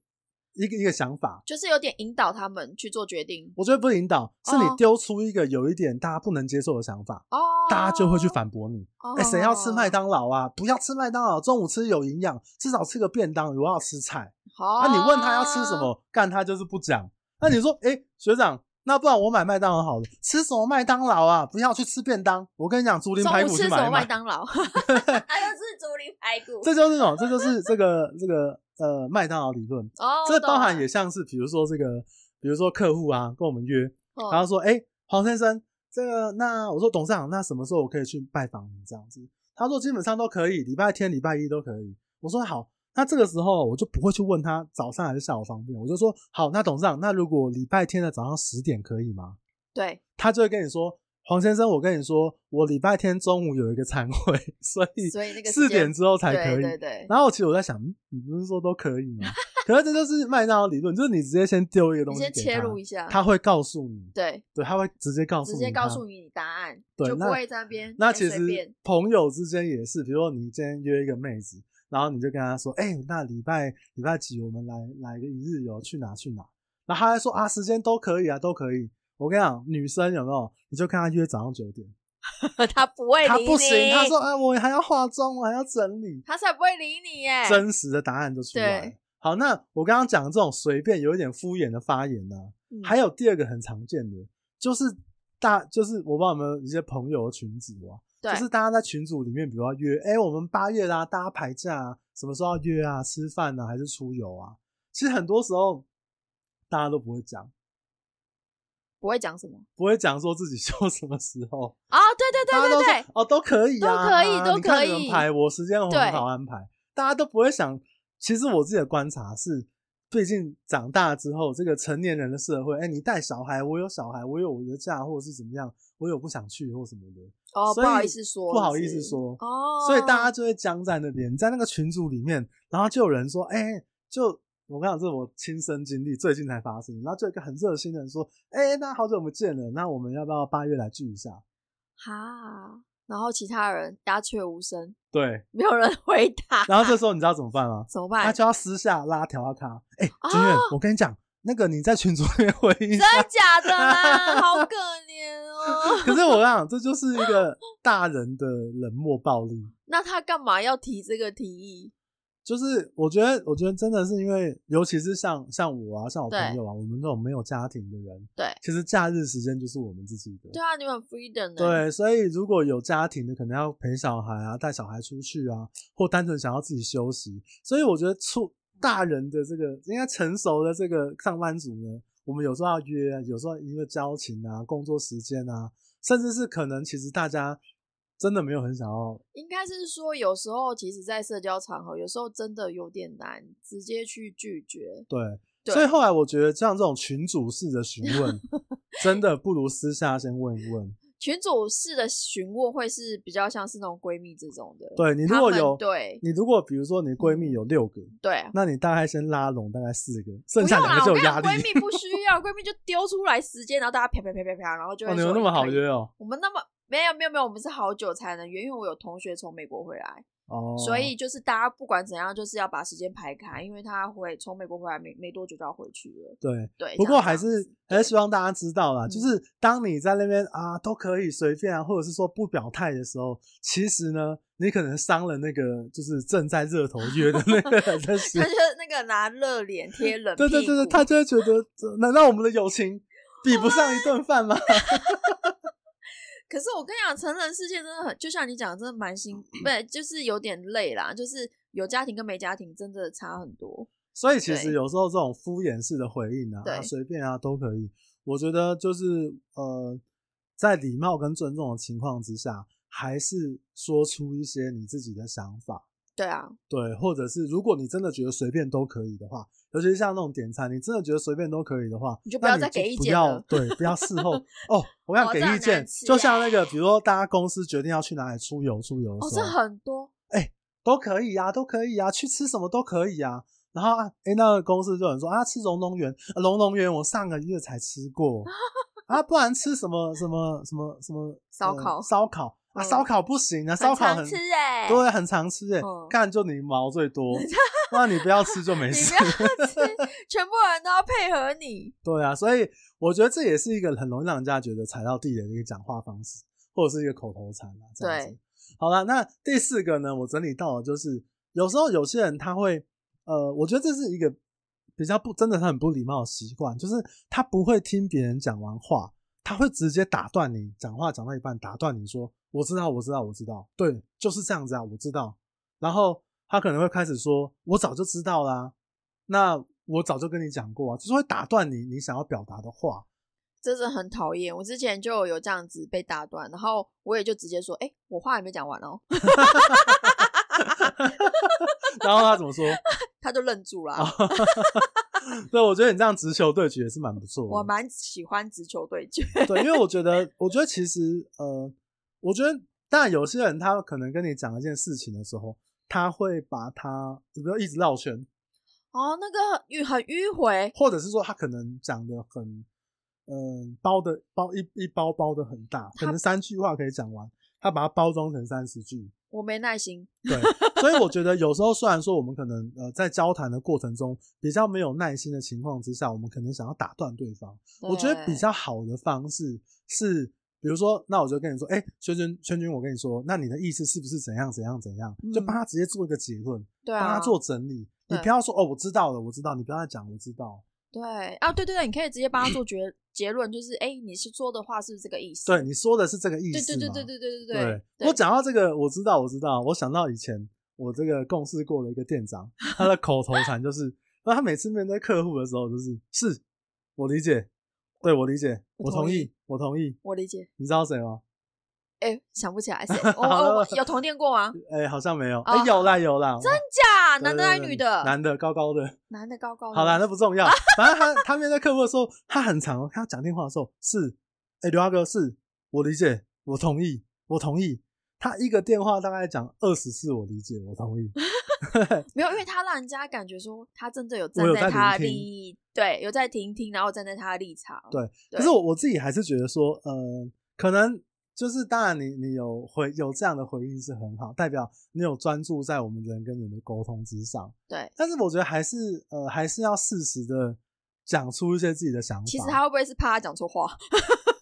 Speaker 1: 一个一个想法，
Speaker 2: 就是有点引导他们去做决定
Speaker 1: 我觉得不是引导，是
Speaker 2: 哦
Speaker 1: 你丢出一个有一点大家不能接受的想法，
Speaker 2: 哦，
Speaker 1: 大家就会去。反驳你。
Speaker 2: 哦
Speaker 1: 哎、谁要吃麦？当劳啊？不要吃麦当劳，中午吃有营养，至少吃个便当。我要吃菜。
Speaker 2: 好、
Speaker 1: 啊，你问他要吃什？
Speaker 2: 哦
Speaker 1: 么，干他就是不讲。那你说，哎、学长，那不然我买麦当劳好了，吃什么麦当劳啊？不要去吃便当。我跟你讲，竹林
Speaker 2: 中
Speaker 1: 排
Speaker 2: 午
Speaker 1: 骨
Speaker 2: 吃
Speaker 1: 去
Speaker 2: 什
Speaker 1: 买
Speaker 2: 么
Speaker 1: 一
Speaker 2: 麦
Speaker 1: 买。[LAUGHS]
Speaker 2: 当劳？他就吃竹林排骨。
Speaker 1: 这就是那种，这就是这个这个呃麦当劳理论。
Speaker 2: 哦，
Speaker 1: 这
Speaker 2: 我懂
Speaker 1: 包含
Speaker 2: 了
Speaker 1: 也像是，比如说这个，比如说客户啊跟我们约，
Speaker 2: 嗯
Speaker 1: 然后说，哎、黄先生，这个那我说董事长，那什么时候我可以去拜访你这样子？他说基本上都可以，礼拜天、礼拜一都可以。我说好，那这个时候我就不会去问他早上还是下午方便，我就说好，那董事长，那如果礼拜天的早上十点可以吗？
Speaker 2: 对，
Speaker 1: 他就会跟你说，黄先生，我跟你说，我礼拜天中午有一个餐会， [LAUGHS] 所以
Speaker 2: 所以那个
Speaker 1: 四
Speaker 2: 时间
Speaker 1: 点之后才可以。
Speaker 2: 对对对，
Speaker 1: 然后其实我在想，嗯你不是说都可以吗？ [LAUGHS] 可是这就是麦当劳理论，就是你直接先丢一个东
Speaker 2: 你
Speaker 1: 西
Speaker 2: 先
Speaker 1: 给
Speaker 2: 切
Speaker 1: 他
Speaker 2: 入一下。
Speaker 1: 他会告诉你，
Speaker 2: 对，
Speaker 1: 对，他会直接告诉
Speaker 2: 直
Speaker 1: 你，
Speaker 2: 接告诉。你答案，
Speaker 1: 对
Speaker 2: 就不
Speaker 1: 那
Speaker 2: 会在那边。
Speaker 1: 那
Speaker 2: 哎
Speaker 1: 其
Speaker 2: 随
Speaker 1: 实
Speaker 2: 便 [LAUGHS]
Speaker 1: 朋友之间也是，比如说你今天约一个妹子，然后你就跟她说，哎、那礼拜礼拜几我们来来个一日游，去哪去哪？然后她还说啊，时间都可以啊，都可以。我跟你讲，女生有没有？你就跟她约早上九点，
Speaker 2: 他不会理
Speaker 1: 她
Speaker 2: 你，
Speaker 1: 不行，她说啊，我还要化妆，我还要整理，
Speaker 2: 他才不会理你耶。
Speaker 1: 真实的答案就出来了
Speaker 2: 对。
Speaker 1: 好，那我刚刚讲的这种随便有一点敷衍的发言啊呢、
Speaker 2: 嗯
Speaker 1: 还有第二个很常见的，就是大，就是我不知道有没有一些朋友的群组啊，
Speaker 2: 对
Speaker 1: 就是大家在群组里面，比如要约，哎、我们八月啦、大家排假啊，什么时候要约啊，吃饭啊，还是出游啊？其实很多时候大家都不会讲，
Speaker 2: 不会讲什么
Speaker 1: 不会讲说自己 [LAUGHS] 休什么时候，
Speaker 2: 啊？对对
Speaker 1: 大家
Speaker 2: 对
Speaker 1: 都
Speaker 2: 对
Speaker 1: 说
Speaker 2: 对，
Speaker 1: 哦，都可以、啊，
Speaker 2: 都可以
Speaker 1: 啊
Speaker 2: 都
Speaker 1: 你看
Speaker 2: 可
Speaker 1: 你们
Speaker 2: 以
Speaker 1: 排，我时间我
Speaker 2: 对
Speaker 1: 很好安排，大家都不会想。其实我自己的观察是，最近长大之后，这个成年人的社会，哎、你带小孩，我有小孩，我有我的假，或者是怎么样，我有不想去或什么的，
Speaker 2: 哦，不
Speaker 1: 所以
Speaker 2: 好意思说，
Speaker 1: 不好意
Speaker 2: 是
Speaker 1: 思说
Speaker 2: 哦，
Speaker 1: 所以大家就会僵在那边，在那个群组里面，然后就有人说，哎、就我跟你讲，这是我亲身经历，最近才发生。然后就有一个很热心的人说，哎、那好久不见了，那我们要不要八月来聚一下？
Speaker 2: 哈，然后其他人鸦雀无声，
Speaker 1: 对，
Speaker 2: 没有人回答，
Speaker 1: 然后这时候你知道怎么办吗？
Speaker 2: 怎么
Speaker 1: 他
Speaker 2: 办？
Speaker 1: 就要私下拉条他，哎、
Speaker 2: 啊
Speaker 1: 君远，我跟你讲，那个你在群组里面回应一
Speaker 2: 真
Speaker 1: 下。
Speaker 2: 假的啦，好
Speaker 1: [LAUGHS]
Speaker 2: 可怜哦。 [LAUGHS]
Speaker 1: 可是我跟你讲，这就是一个大人的冷漠暴力。
Speaker 2: 那他干嘛要提这个提议？
Speaker 1: 就是我觉得，我觉得真的是因为，尤其是像像我啊，像我朋友啊，我们这种没有家庭的人，
Speaker 2: 对
Speaker 1: 其实假日时间就是我们自己的，
Speaker 2: 对啊，你们很 freedom 呢、
Speaker 1: 对，所以如果有家庭的，可能要陪小孩啊，带小孩出去啊，或单纯想要自己休息。所以我觉得，出大人的这个应该成熟的这个上班族呢，我们有时候要约啊，有时候因为交情啊、工作时间啊，甚至是可能其实大家真的没有很想要，
Speaker 2: 应该是说有时候其实，在社交场合，有时候真的有点难直接去拒绝。
Speaker 1: 对。
Speaker 2: 对
Speaker 1: 所以后来我觉得，像这种群主式的询
Speaker 2: [LAUGHS]
Speaker 1: 问，真的不如私下先问一问。
Speaker 2: 群主式的询问会是比较像是那种闺蜜这种的。
Speaker 1: 对你如
Speaker 2: 他
Speaker 1: 果
Speaker 2: 们
Speaker 1: 有，
Speaker 2: 对
Speaker 1: 你如果比如说你闺蜜有六个，
Speaker 2: 对，
Speaker 1: 那你大概先拉拢大概四
Speaker 2: [LAUGHS]
Speaker 1: 个，剩
Speaker 2: 不
Speaker 1: 下
Speaker 2: 用
Speaker 1: 两
Speaker 2: 啦，
Speaker 1: 个就有
Speaker 2: 我跟你
Speaker 1: 压
Speaker 2: 讲，
Speaker 1: 力。
Speaker 2: 闺蜜不需要，闺蜜就丢出来时间，然后大家啪啪啪啪啪，然后就
Speaker 1: 哦，
Speaker 2: 会
Speaker 1: 你
Speaker 2: 说
Speaker 1: 们那么好
Speaker 2: 可以
Speaker 1: 约哦。
Speaker 2: 我们那么没有没有没有，我们是好久才能约，因为我有同学从美国回来，
Speaker 1: 哦，
Speaker 2: 所以就是大家不管怎样，就是要把时间排开，因为他回从美国回来没没多久就要回去了。
Speaker 1: 对。
Speaker 2: 对，
Speaker 1: 不
Speaker 2: 这
Speaker 1: 过
Speaker 2: 样
Speaker 1: 还
Speaker 2: 子
Speaker 1: 是还是希望大家知道啦，
Speaker 2: 嗯
Speaker 1: 就是当你在那边啊都可以随便啊，或者是说不表态的时候，其实呢，你可能伤了那个就是正在热头约的那个人的心
Speaker 2: [LAUGHS] 他。就是那个拿热
Speaker 1: [LAUGHS]
Speaker 2: 脸贴冷
Speaker 1: 对对
Speaker 2: 屁
Speaker 1: 对对，
Speaker 2: 股
Speaker 1: 他就会觉得，这难道我们的友情比不上一顿饭吗？
Speaker 2: 可是我跟你讲，成人世界真的很，就像你讲的，真的
Speaker 1: [CLEARS THROAT]
Speaker 2: 蛮辛，不是就是有点累啦，就是有家庭跟没家庭真的差很多。
Speaker 1: 所以其实
Speaker 2: 对
Speaker 1: 有时候这种敷衍式的回应啊，
Speaker 2: 对
Speaker 1: 啊随便啊都可以。我觉得就是呃，在礼貌跟尊重的情况之下，还是说出一些你自己的想法，
Speaker 2: 对啊，
Speaker 1: 对，或者是如果你真的觉得随便都可以的话，尤其是像那种点餐，你真的觉得随便都可以的话，
Speaker 2: 你就不
Speaker 1: 那
Speaker 2: 要再给意
Speaker 1: 不
Speaker 2: 见
Speaker 1: 要
Speaker 2: 了
Speaker 1: 对，不要事后
Speaker 2: [LAUGHS]
Speaker 1: 哦，我想
Speaker 2: 哦
Speaker 1: 给
Speaker 2: 这很
Speaker 1: 意见
Speaker 2: 难，吃啊
Speaker 1: 就像那个，比如说大家公司决定要去哪里出游，出游的
Speaker 2: 哦，
Speaker 1: 时
Speaker 2: 这
Speaker 1: 候，
Speaker 2: 很多，
Speaker 1: 都可以呀、都可以呀、去吃什么都可以呀、然后啊，诶，那个公司就有人说啊，吃龙龙园，啊龙龙园我上个月才吃
Speaker 2: [LAUGHS]
Speaker 1: 过啊，不然吃什么什么什么什么
Speaker 2: 烧
Speaker 1: 呃
Speaker 2: 烤
Speaker 1: 烧烤啊，
Speaker 2: 嗯
Speaker 1: 烧烤不行啊，烧烤
Speaker 2: 很常
Speaker 1: 很
Speaker 2: 吃哎、
Speaker 1: 对，很常吃诶、
Speaker 2: 嗯
Speaker 1: 干就你毛最
Speaker 2: [LAUGHS]
Speaker 1: 多，那你不要吃就没
Speaker 2: 你
Speaker 1: 事
Speaker 2: 不。要吃，全部人都要配合你。
Speaker 1: 对啊，所以我觉得这也是一个很容易让人家觉得踩到地雷的一个讲话方式，或者是一个口头禅啊，这样子
Speaker 2: 对。
Speaker 1: 好了，那第四个呢，我整理到的就是，有时候有些人他会，呃，我觉得这是一个比较不真的很不礼貌的习惯，就是他不会听别人讲完话，他会直接打断你讲话，讲到一半打断你说：“我知道，我知道，我知道，对，就是这样子啊，我知道。”然后他可能会开始说：“我早就知道啦、那我早就跟你讲过啊，就是会打断你你想要表达的话。 [LAUGHS]
Speaker 2: 真是很讨厌。我之前就有这样子被打断，然后我也就直接说：“哎、我话还没讲完哦。
Speaker 1: 然后他怎么说？” [LAUGHS]
Speaker 2: 他就愣住了。
Speaker 1: 哦对，我觉得你这样直球对决也是蛮不错的。
Speaker 2: 我蛮喜欢直球对决， [LAUGHS]
Speaker 1: 对，因为我觉得，我觉得其实，呃，我觉得，当然有些人他可能跟你讲一件事情的时候，他会把他，比如说一直绕圈，
Speaker 2: 哦，那个很迂很迂回，
Speaker 1: 或者是说他可能讲的很，嗯、包的包一一包包的很大，可
Speaker 2: 他
Speaker 1: 能三句话可以讲完，他把它包装成三十句，
Speaker 2: 我没耐心。
Speaker 1: 对，所以我觉得有时候虽然说我们可能呃在交谈的过程中比较没有耐心的情况之下，我们可能想要打断对方，我觉得比
Speaker 2: 对
Speaker 1: 较好的方式是，比如说，那我就跟你说，哎、轩轩，轩君，我跟你说，那你的意思是不是怎样怎样怎样？就帮
Speaker 2: 嗯
Speaker 1: 他直接做一个结论，
Speaker 2: 对
Speaker 1: 帮、
Speaker 2: 啊，
Speaker 1: 他做整理。你
Speaker 2: 对
Speaker 1: 不要说哦，我知道了，我知道，你不要再讲，我知道。
Speaker 2: 对啊，对对对，你可以直接帮他做结结论，就是哎、你是说的话是不是这个意思？
Speaker 1: 对，你说的是这个意
Speaker 2: 对
Speaker 1: 思
Speaker 2: 对
Speaker 1: 嘛。
Speaker 2: 对对对对对
Speaker 1: 我讲到这个，我知道，我知道，我想到以前我这个共事过的一个店长，他的口头禅就是，那他每次面对客户的时候，就是是，我理解，对我理解，
Speaker 2: 我
Speaker 1: 我同
Speaker 2: 同意
Speaker 1: 意，我同意。
Speaker 2: 我理解。
Speaker 1: 你知道谁吗？
Speaker 2: 哎、想不
Speaker 1: [LAUGHS]
Speaker 2: 起来谁，我我我有同店过吗？
Speaker 1: 哎、好像没有。
Speaker 2: 哦
Speaker 1: 哎、有啦有啦，真
Speaker 2: 假男的还是女的？
Speaker 1: 男的高高的。
Speaker 2: 男的高高的。
Speaker 1: 好啦，那不重要。反正他他面对客户的时候，他很长哦，他讲电话的时候是，哎、刘大哥是，我理解，我同意，我同意。他一个电话大概讲二十次，我理解，我同意。
Speaker 2: 没有，因为他让人家感觉说他真的有
Speaker 1: 我
Speaker 2: 站
Speaker 1: 有在
Speaker 2: 在他的
Speaker 1: 聆听
Speaker 2: 利益，对，有在聆听，然后站在他的立场。
Speaker 1: 对
Speaker 2: 对
Speaker 1: 可是我我自己还是觉得说，呃，可能就是当然你你有回有这样的回应是很好，代表你有专注在我们人跟人的沟通之上。
Speaker 2: 对
Speaker 1: 但是我觉得还是呃还是要适时的讲出一些自己的想法。
Speaker 2: 其实他会不
Speaker 1: [LAUGHS]
Speaker 2: 会是怕他讲错话？ [LAUGHS]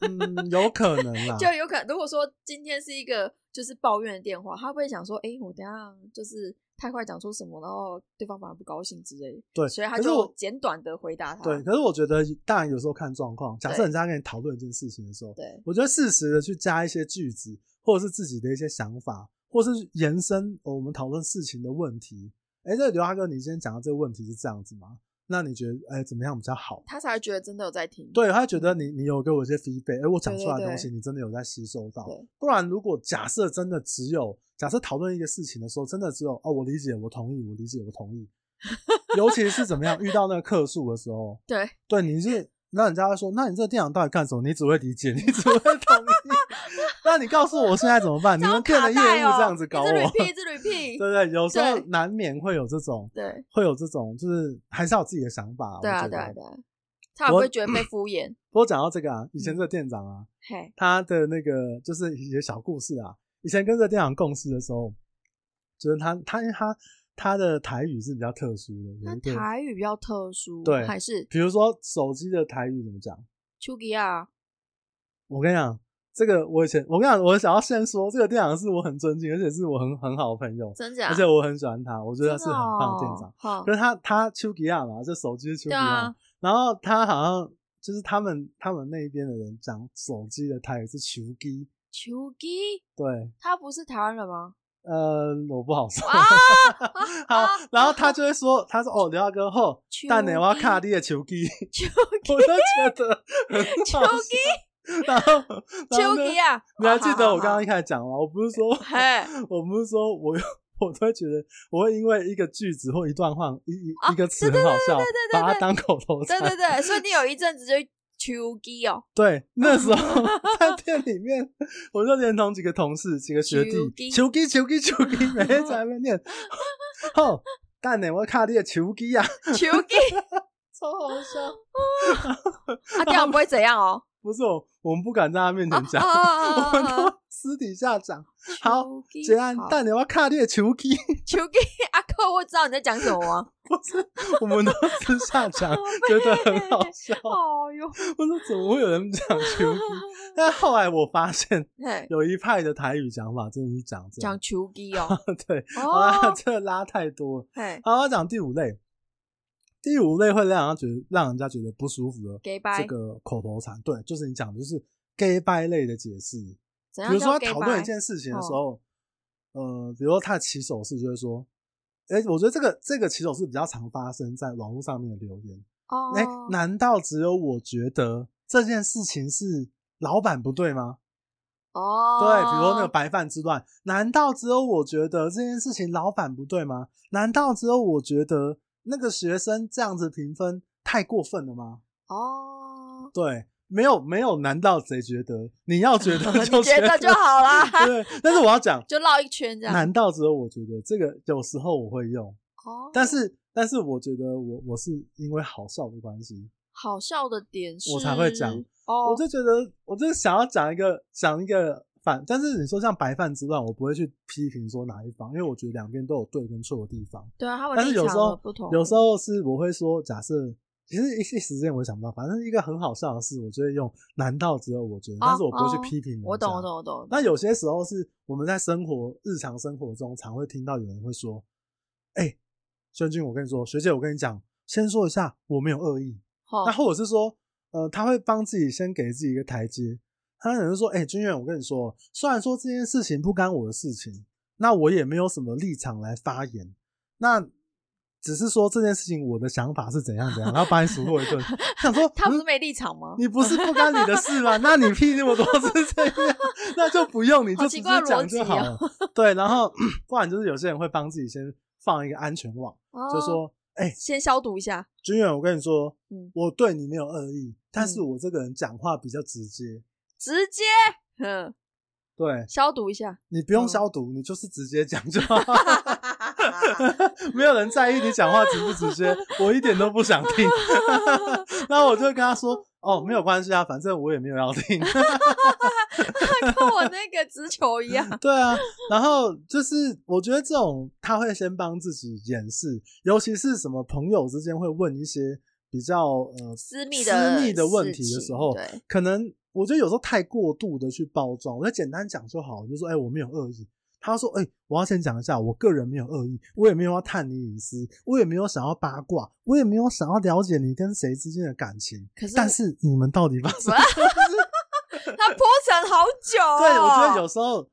Speaker 1: 嗯，有可能啦。
Speaker 2: 就有可能，如果说今天是一个就是抱怨的电话，他会不会想说，哎、我等一下就是太快讲出什么，然后对方反而不高兴之类的，
Speaker 1: 对
Speaker 2: 所以他
Speaker 1: 可是
Speaker 2: 就
Speaker 1: 我
Speaker 2: 简短的回答他，
Speaker 1: 对，可是我觉得当然有时候看状况，假设
Speaker 2: 对
Speaker 1: 人家跟你讨论一件事情的时候，
Speaker 2: 对
Speaker 1: 我觉得适时的去加一些句子，或者是自己的一些想法，或是延伸哦我们讨论事情的问题。哎、这个刘大哥，你今天讲的这个问题是这样子吗？那你觉得哎、怎么样比较好？
Speaker 2: 他才会觉得真的有在听，
Speaker 1: 对，他觉得你你有给我一些 feedback，哎、我讲
Speaker 2: 对
Speaker 1: 出来的
Speaker 2: 对
Speaker 1: 东西你真的有在吸收到
Speaker 2: 对。
Speaker 1: 不然，如果假设真的只有假设讨论一个事情的时候，真的只有哦，我理解，我同意，我理解，我同
Speaker 2: [LAUGHS]
Speaker 1: 意。尤其是怎么样遇到那个客诉的时候，
Speaker 2: 对，
Speaker 1: 对你是那人家会说，那你这个店长到底干什么？你只会理解，你只会同
Speaker 2: [LAUGHS]
Speaker 1: 意。那你告诉我现在怎么办？你
Speaker 2: 这
Speaker 1: 们
Speaker 2: 样
Speaker 1: 店
Speaker 2: 卡
Speaker 1: 的业
Speaker 2: 带
Speaker 1: 务
Speaker 2: 哦
Speaker 1: 这样子搞我， [LAUGHS]
Speaker 2: 一直
Speaker 1: 对
Speaker 2: repeat，一直 repeat，
Speaker 1: 不对？有时候
Speaker 2: 对
Speaker 1: 难免会有这种，
Speaker 2: 对
Speaker 1: 会有这种，就是还是要有自己的想法。
Speaker 2: 对啊
Speaker 1: 我觉
Speaker 2: 对啊
Speaker 1: 得
Speaker 2: 对啊，他也不会觉得被敷衍，
Speaker 1: 不过讲到这个啊，以
Speaker 2: 嗯
Speaker 1: 前这个店长啊，
Speaker 2: 嘿，
Speaker 1: 他的那个就是一些小故事啊。以前跟这个店长共事的时候，就是他他因为他他的台语是比较特殊的，有
Speaker 2: 那
Speaker 1: 一个
Speaker 2: 台语比较特殊，
Speaker 1: 对
Speaker 2: 还是
Speaker 1: 比如说手机的台语怎么讲？
Speaker 2: 丘吉亚，
Speaker 1: 我跟你讲，这个我以前我跟你讲，我想要先说，这个店长是我很尊敬，而且是我很很好的朋友，
Speaker 2: 真假？啊
Speaker 1: 而且我很喜欢他，我觉
Speaker 2: 真
Speaker 1: 得
Speaker 2: 的
Speaker 1: 他是很棒的店长。
Speaker 2: 哦，好
Speaker 1: 可，是他他丘吉亚嘛，这手机是丘吉
Speaker 2: 对
Speaker 1: 亚，
Speaker 2: 啊，
Speaker 1: 然后他好像就是他们他们那一边的人讲手机的台语是丘吉，
Speaker 2: 丘吉，
Speaker 1: 对，
Speaker 2: 他不是台湾人吗？
Speaker 1: 呃，我不好说。
Speaker 2: [LAUGHS] 啊
Speaker 1: 好，然后他就会说，他说哦，刘大哥吼，
Speaker 2: 丘
Speaker 1: 但你我要
Speaker 2: 吉
Speaker 1: 看你的球机，
Speaker 2: 丘
Speaker 1: [LAUGHS] 我就觉得很好
Speaker 2: 丘
Speaker 1: 笑。然后，然后
Speaker 2: 丘
Speaker 1: 呢
Speaker 2: 吉亚，
Speaker 1: 你还记
Speaker 2: 哦
Speaker 1: 得
Speaker 2: 好
Speaker 1: 我
Speaker 2: 好
Speaker 1: 刚
Speaker 2: 好
Speaker 1: 刚一开始讲吗？我不是说，
Speaker 2: [LAUGHS] 嘿，
Speaker 1: 我不是说我我都会觉得，我会因为一个句子或一段话，一一
Speaker 2: 啊
Speaker 1: 一个词
Speaker 2: 对
Speaker 1: 很好笑
Speaker 2: 对对，对
Speaker 1: 把它
Speaker 2: 对
Speaker 1: 当口头
Speaker 2: 对
Speaker 1: 禅。
Speaker 2: 对对，所以你有一阵子就丘吉
Speaker 1: [LAUGHS]
Speaker 2: 哦，
Speaker 1: 对，那时
Speaker 2: [LAUGHS]
Speaker 1: 候在店里面，我就连同几个同事、几个学
Speaker 2: 球
Speaker 1: 弟，
Speaker 2: 机
Speaker 1: 球机、球机、球机，每天在那边念。 [LAUGHS] 吼，蛋呢？我卡你的球机
Speaker 2: [LAUGHS]
Speaker 1: 啊，
Speaker 2: 丘吉，
Speaker 1: 超好笑。
Speaker 2: 他这样不会怎样
Speaker 1: [LAUGHS]
Speaker 2: 哦。
Speaker 1: 不是我，我们不敢在他面前讲， [LAUGHS] 我们
Speaker 2: 哦，
Speaker 1: 都私底下讲。好
Speaker 2: 丘吉
Speaker 1: 结案
Speaker 2: 好，
Speaker 1: 蛋呢？我卡你的球机，
Speaker 2: 丘吉 [LAUGHS] 阿克，我知道你在讲什么吗？
Speaker 1: 我们都私下
Speaker 2: [LAUGHS]
Speaker 1: 讲， [LAUGHS] 觉得很好笑。
Speaker 2: 哦哟，
Speaker 1: 我说怎么会有人讲球衣？ [LAUGHS] 但后来我发现
Speaker 2: 嘿，
Speaker 1: 有一派的台语讲法真的是讲这样
Speaker 2: 讲，丘吉
Speaker 1: [LAUGHS]
Speaker 2: 哦，
Speaker 1: 对，好啦，
Speaker 2: 哦，
Speaker 1: 这拉太多了。
Speaker 2: 嘿，
Speaker 1: 好，我要讲第五类，第五类会让人家觉得让人家觉得不舒服的
Speaker 2: 给拜
Speaker 1: 这，个口头禅，对，就是你讲的就是 gay 掰类的解释，比
Speaker 2: 怎样
Speaker 1: 如说他
Speaker 2: 叫嗯 gay
Speaker 1: 讨论一
Speaker 2: 拜？
Speaker 1: 件事情的时候，呃，比如说他的起手式就会说。哎、我觉得这个这个起手式比较常发生在网络上面的留言，
Speaker 2: 哦，
Speaker 1: 哎、难道只有我觉得这件事情是老板不对吗？
Speaker 2: 哦，
Speaker 1: 对，比如说那个白饭之乱，难道只有我觉得这件事情老板不对吗？难道只有我觉得那个学生这样子评分太过分了吗？
Speaker 2: 哦，
Speaker 1: 对，没有没有，难道谁觉得？你要觉得就
Speaker 2: [LAUGHS] 你觉得就好啦，
Speaker 1: [LAUGHS] 对，但是我要讲，
Speaker 2: [LAUGHS] 就绕一圈这样。
Speaker 1: 难道只有我觉得这个？有时候我会用，
Speaker 2: 哦，
Speaker 1: 但是但是我觉得我我是因为好笑的关系，
Speaker 2: 好笑的点是，
Speaker 1: 我才会讲
Speaker 2: 哦
Speaker 1: 我，就觉得，我就想要讲一个讲一个反，但是你说像白饭之乱，我不会去批评说哪一方，因为我觉得两边都有对跟错的地方。
Speaker 2: 对啊，他们
Speaker 1: 但是
Speaker 2: 立
Speaker 1: 有
Speaker 2: 场
Speaker 1: 时候
Speaker 2: 的不同，
Speaker 1: 有时候是我会说，假设其实一一时间我想不到，反正一个很好笑的事，我就会用。难道只有我觉得？但是我不会
Speaker 2: 哦
Speaker 1: 去批评人家
Speaker 2: 我懂，我。懂，我懂。
Speaker 1: 那有些时候是我们在生活日常生活中常会听到有人会说：“哎、轩君，我跟你说，学姐，我跟你讲，先说一下，我没有恶意。”
Speaker 2: 哦
Speaker 1: 那或者是说，呃，他会帮自己先给自己一个台阶。他可能说：“哎、君远，我跟你说，虽然说这件事情不干我的事情，那我也没有什么立场来发言。那只是说这件事情我的想法是怎样怎样，然后把你数落一顿。
Speaker 2: [LAUGHS]
Speaker 1: 想说
Speaker 2: 他不是
Speaker 1: 嗯
Speaker 2: 没立场吗？
Speaker 1: 你不是不干你的事吗？那你屁那么多是这样，那就不用你就
Speaker 2: 好
Speaker 1: 直
Speaker 2: 奇
Speaker 1: 接
Speaker 2: 怪的
Speaker 1: 讲
Speaker 2: 逻
Speaker 1: 就
Speaker 2: 辑哦
Speaker 1: 好了。对，然后 [COUGHS] 不然就是有些人会帮自己先放一个安全网，
Speaker 2: 哦
Speaker 1: 就说：哎、
Speaker 2: 先消毒一下，
Speaker 1: 君远，我跟你说，
Speaker 2: 嗯
Speaker 1: 我对你没有恶意，但是
Speaker 2: 嗯
Speaker 1: 我这个人讲话比较直接，
Speaker 2: 直接嗯
Speaker 1: 对
Speaker 2: 消毒一下。
Speaker 1: 你不用
Speaker 2: 嗯
Speaker 1: 消毒，你就是直接讲就好， [LAUGHS] 没有人在意你讲话直不直接，我一点都不想听。 [LAUGHS] 然后我就跟他说，哦，没有关系啊，反正我也没有要听。 [LAUGHS]
Speaker 2: 跟我那个直球一
Speaker 1: [LAUGHS]
Speaker 2: 样，
Speaker 1: 对啊，然后就是我觉得这种他会先帮自己掩饰，尤其是什么朋友之间会问一些比较呃
Speaker 2: 私密的
Speaker 1: 私密的问
Speaker 2: 事
Speaker 1: 题的
Speaker 2: 情
Speaker 1: 时候，
Speaker 2: 对，
Speaker 1: 可能我觉得有时候太过度的去包装，我就简单讲就好，就说哎、我没有恶意。他说：“哎、我要先讲一下，我个人没有恶意，我也没有要探你隐私，我也没有想要八卦，我也没有想要了解你跟谁之间的感情。
Speaker 2: 可是
Speaker 1: 但是你们到底发生
Speaker 2: 他铺陈好久、
Speaker 1: [LAUGHS]
Speaker 2: 哦，
Speaker 1: 对，我觉得有时候，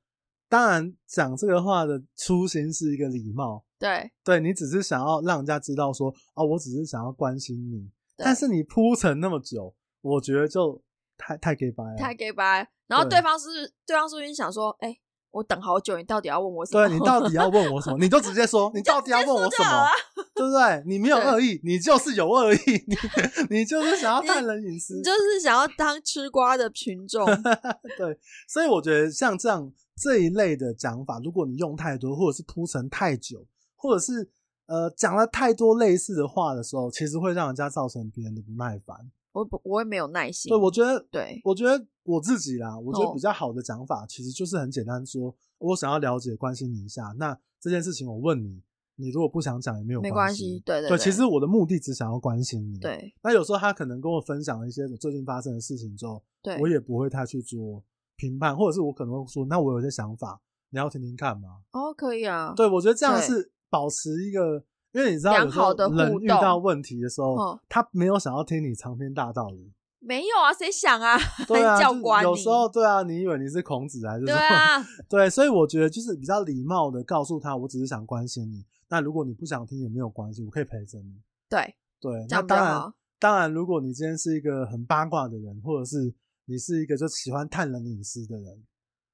Speaker 1: 当然讲这个话的初心是一个礼貌，
Speaker 2: 对
Speaker 1: 对你只是想要让人家知道说，哦，我只是想要关心你，
Speaker 2: 对
Speaker 1: 但是你铺陈那么久，我觉得就太太给白了，
Speaker 2: 太 gay 白。然后
Speaker 1: 哎对
Speaker 2: 对方是不是对方是不是想说，哎、我等好久，你到底要问我什么？
Speaker 1: 对你
Speaker 2: [LAUGHS]
Speaker 1: 到底要问我什么，你就直接说，你到底要问我什
Speaker 2: 就好啊了
Speaker 1: 么，对不对？你没有
Speaker 2: 对
Speaker 1: 恶意，你就是有恶意，你你就是想要探人隐私
Speaker 2: 你，就是想要当吃瓜的
Speaker 1: [LAUGHS]
Speaker 2: 群众，
Speaker 1: 所以我觉得像这样这一类的讲法，如果你用太多，或者是铺陈太久，或者是呃讲了太多类似的话的时候，其实会让人家造成别人的不耐烦。
Speaker 2: 我不我也没有耐心。
Speaker 1: 对，我觉得，
Speaker 2: 对
Speaker 1: 我觉得我自己啦，我觉得
Speaker 2: 哦
Speaker 1: 比较好的讲法，其实就是很简单说，我想要了解、关心你一下，那这件事情我问你，你如果不想讲也没有
Speaker 2: 没
Speaker 1: 关
Speaker 2: 关系，。对对
Speaker 1: 对，其实我的目的只想要关心你。，
Speaker 2: 对
Speaker 1: 那有时候他可能跟我分享了一些最近发生的事情之后，
Speaker 2: 对，
Speaker 1: 我也不会太去做评判，或者是我可能会说，那我有一些想法，你要听听看吗？
Speaker 2: 哦可以啊，
Speaker 1: 对，我觉得这样
Speaker 2: 对
Speaker 1: 是保持一个，因为你知道，
Speaker 2: 良
Speaker 1: 有时候
Speaker 2: 好的互
Speaker 1: 人遇
Speaker 2: 动
Speaker 1: 到问题的时候
Speaker 2: 嗯，
Speaker 1: 他没有想要听你长篇大道
Speaker 2: [LAUGHS]
Speaker 1: 理，
Speaker 2: 没有啊，谁想啊？
Speaker 1: 对啊，
Speaker 2: 很教
Speaker 1: 就是
Speaker 2: 官
Speaker 1: 有
Speaker 2: 你
Speaker 1: 时候对啊，你以为你是孔子还是
Speaker 2: 对
Speaker 1: 什么？
Speaker 2: 啊，
Speaker 1: [LAUGHS] 对，所以我觉得就是比较礼貌的告诉他，我只是想关心你。那如果你不想听也没有关系，我可以陪着你。
Speaker 2: 对，
Speaker 1: 对，那
Speaker 2: 这样比较
Speaker 1: 当然
Speaker 2: 好。
Speaker 1: 当然，如果你今天是一个很八卦的人，或者是你是一个就喜欢探人隐私的人，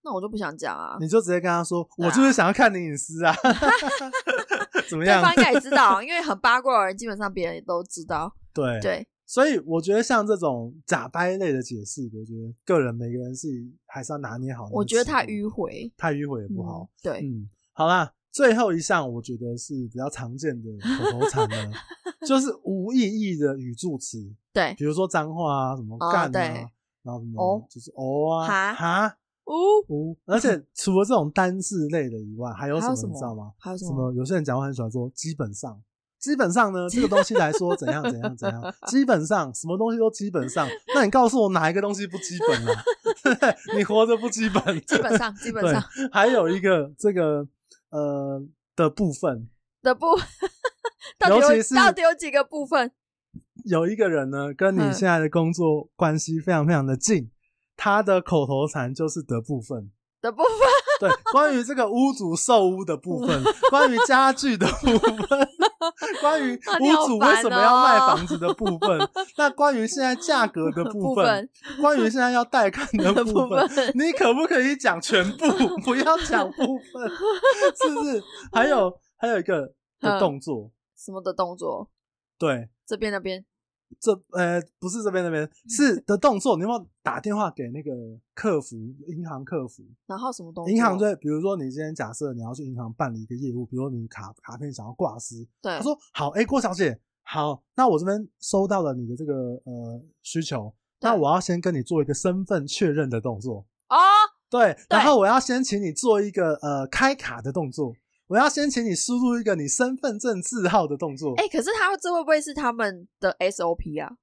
Speaker 2: 那我就不想讲啊。
Speaker 1: 你就直接跟他说：“
Speaker 2: 对
Speaker 1: 我
Speaker 2: 啊
Speaker 1: 就是想要看你隐
Speaker 2: [LAUGHS]
Speaker 1: 私啊， [LAUGHS] 怎么
Speaker 2: 对
Speaker 1: 样
Speaker 2: 方应该也知
Speaker 1: [LAUGHS]
Speaker 2: 道，因为很八卦的人，基本上别人也都知道。？”
Speaker 1: 对，
Speaker 2: 对，
Speaker 1: 所以我觉得像这种假掰类的解释，我觉得个人每个人是还是要拿捏好那个尺度。
Speaker 2: 我觉得他迂回
Speaker 1: 太迂回也不
Speaker 2: 嗯
Speaker 1: 好。
Speaker 2: 对，
Speaker 1: 嗯，好啦，最后一项我觉得是比较常见的口头禅
Speaker 2: [LAUGHS]
Speaker 1: 呢，就是无意义的语助词。
Speaker 2: 对，
Speaker 1: 比如说脏话啊，什么
Speaker 2: 哦
Speaker 1: 干
Speaker 2: 对
Speaker 1: 啊，然后什么
Speaker 2: 哦
Speaker 1: 就是哦啊
Speaker 2: 哈
Speaker 1: 哈
Speaker 2: 呜，
Speaker 1: 呜，而
Speaker 2: [LAUGHS]
Speaker 1: 且除了这种单字类的以外，还有
Speaker 2: 还
Speaker 1: 什
Speaker 2: 有
Speaker 1: 么
Speaker 2: 什
Speaker 1: 你知道
Speaker 2: 么
Speaker 1: 吗？
Speaker 2: 还有什
Speaker 1: 什
Speaker 2: 么？
Speaker 1: 么有些人讲话很喜欢说基本上，基本上呢这个东西来说怎样怎样怎
Speaker 2: [LAUGHS]
Speaker 1: 样，基本上什么东西都基本上，那你告诉我哪一个东西不基本啊？ [LAUGHS] 对不对？你活着不基本，
Speaker 2: 基本上，基本
Speaker 1: 对
Speaker 2: 上，
Speaker 1: 还有一个这个呃的部分，
Speaker 2: 的部，到底
Speaker 1: 尤
Speaker 2: 有
Speaker 1: 其是
Speaker 2: 到底有几个部分？
Speaker 1: 有一个人呢，跟你
Speaker 2: 嗯
Speaker 1: 现在的工作关系非常非常的近，他的口头禅就是的部分。
Speaker 2: 的部分，
Speaker 1: 对，关于这个屋主售屋的部分，关于家具的部分，关于
Speaker 2: 啊你好
Speaker 1: 屋主为什么要卖
Speaker 2: 烦哦
Speaker 1: 房子的部分， [LAUGHS] 那关于现在价格的部
Speaker 2: 部
Speaker 1: 分
Speaker 2: 分，
Speaker 1: 关于现在要带看的
Speaker 2: [LAUGHS] 的
Speaker 1: 部
Speaker 2: 部
Speaker 1: 分，
Speaker 2: 分，
Speaker 1: 你可不可以讲全部，不要讲部分， [LAUGHS] 是不是？还有还有一个的
Speaker 2: 嗯
Speaker 1: 动作，
Speaker 2: 什么的动作？
Speaker 1: 对，
Speaker 2: 这边那边
Speaker 1: 这呃不是这边那边
Speaker 2: 嗯
Speaker 1: 是的动作，你有没有打电话给那个客服银行客服？
Speaker 2: 然后什么动作？
Speaker 1: 银行对，比如说你今天假设你要去银行办理一个业务，比如你卡卡片想要挂失，
Speaker 2: 对
Speaker 1: 他，说好，哎、郭小姐，好，那我这边收到了你的这个呃需求，
Speaker 2: 对
Speaker 1: 那我要先跟你做一个身份确认的动作，
Speaker 2: 哦，
Speaker 1: 对，然后我要先请你做一个呃开卡的动作，我要先请你输入一个你身份证字号的动作，
Speaker 2: 哎，可是他这会不会是他们的 SOP 啊？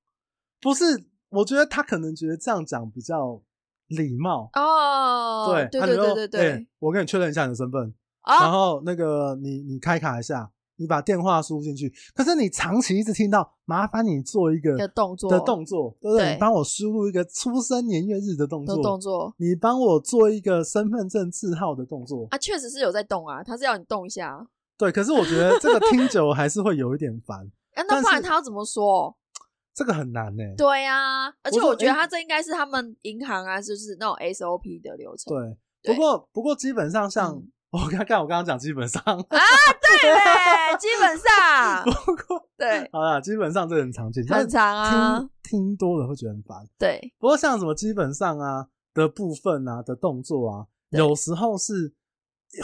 Speaker 1: 不是，我觉得他可能觉得这样讲比较礼貌。
Speaker 2: 哦，
Speaker 1: 对
Speaker 2: 对
Speaker 1: 他
Speaker 2: 对
Speaker 1: 能够
Speaker 2: 对对
Speaker 1: 哎
Speaker 2: 对，
Speaker 1: 我跟你确认一下你的身份，然
Speaker 2: 啊，
Speaker 1: 后那个你你开卡一下，你把电话输入进去。可是你长期一直听到，麻烦你做一个
Speaker 2: 的动作
Speaker 1: 的动作，对不对？
Speaker 2: 对
Speaker 1: 你帮我输入一个出生年月日的动
Speaker 2: 的
Speaker 1: 作，
Speaker 2: 动作
Speaker 1: 你帮我做一个身份证字号的动作。
Speaker 2: 啊，确实是有在动啊，他是要你动一下啊。
Speaker 1: 对，可是我觉得这个听久了还是会有一点烦，
Speaker 2: 啊
Speaker 1: 但
Speaker 2: 那不然
Speaker 1: 是
Speaker 2: 他要怎么说？这
Speaker 1: 这个很难欸呢、
Speaker 2: 对呀、啊，而且
Speaker 1: 我说哎
Speaker 2: 我觉得
Speaker 1: 诶
Speaker 2: 他这应该是他们银行啊，就是那种 SOP 的流程。
Speaker 1: 对，不
Speaker 2: 对
Speaker 1: 过不过基本上像、
Speaker 2: 嗯
Speaker 1: 我刚刚我刚刚讲基本上， [LAUGHS]
Speaker 2: 对呗，基本上
Speaker 1: 不过
Speaker 2: 对，
Speaker 1: 好啦，基本上这很常见，但
Speaker 2: 很长啊
Speaker 1: 听，听多了会觉得很烦。
Speaker 2: 对
Speaker 1: 不过像什么基本上啊的部分啊的动作啊，
Speaker 2: 对
Speaker 1: 有时候是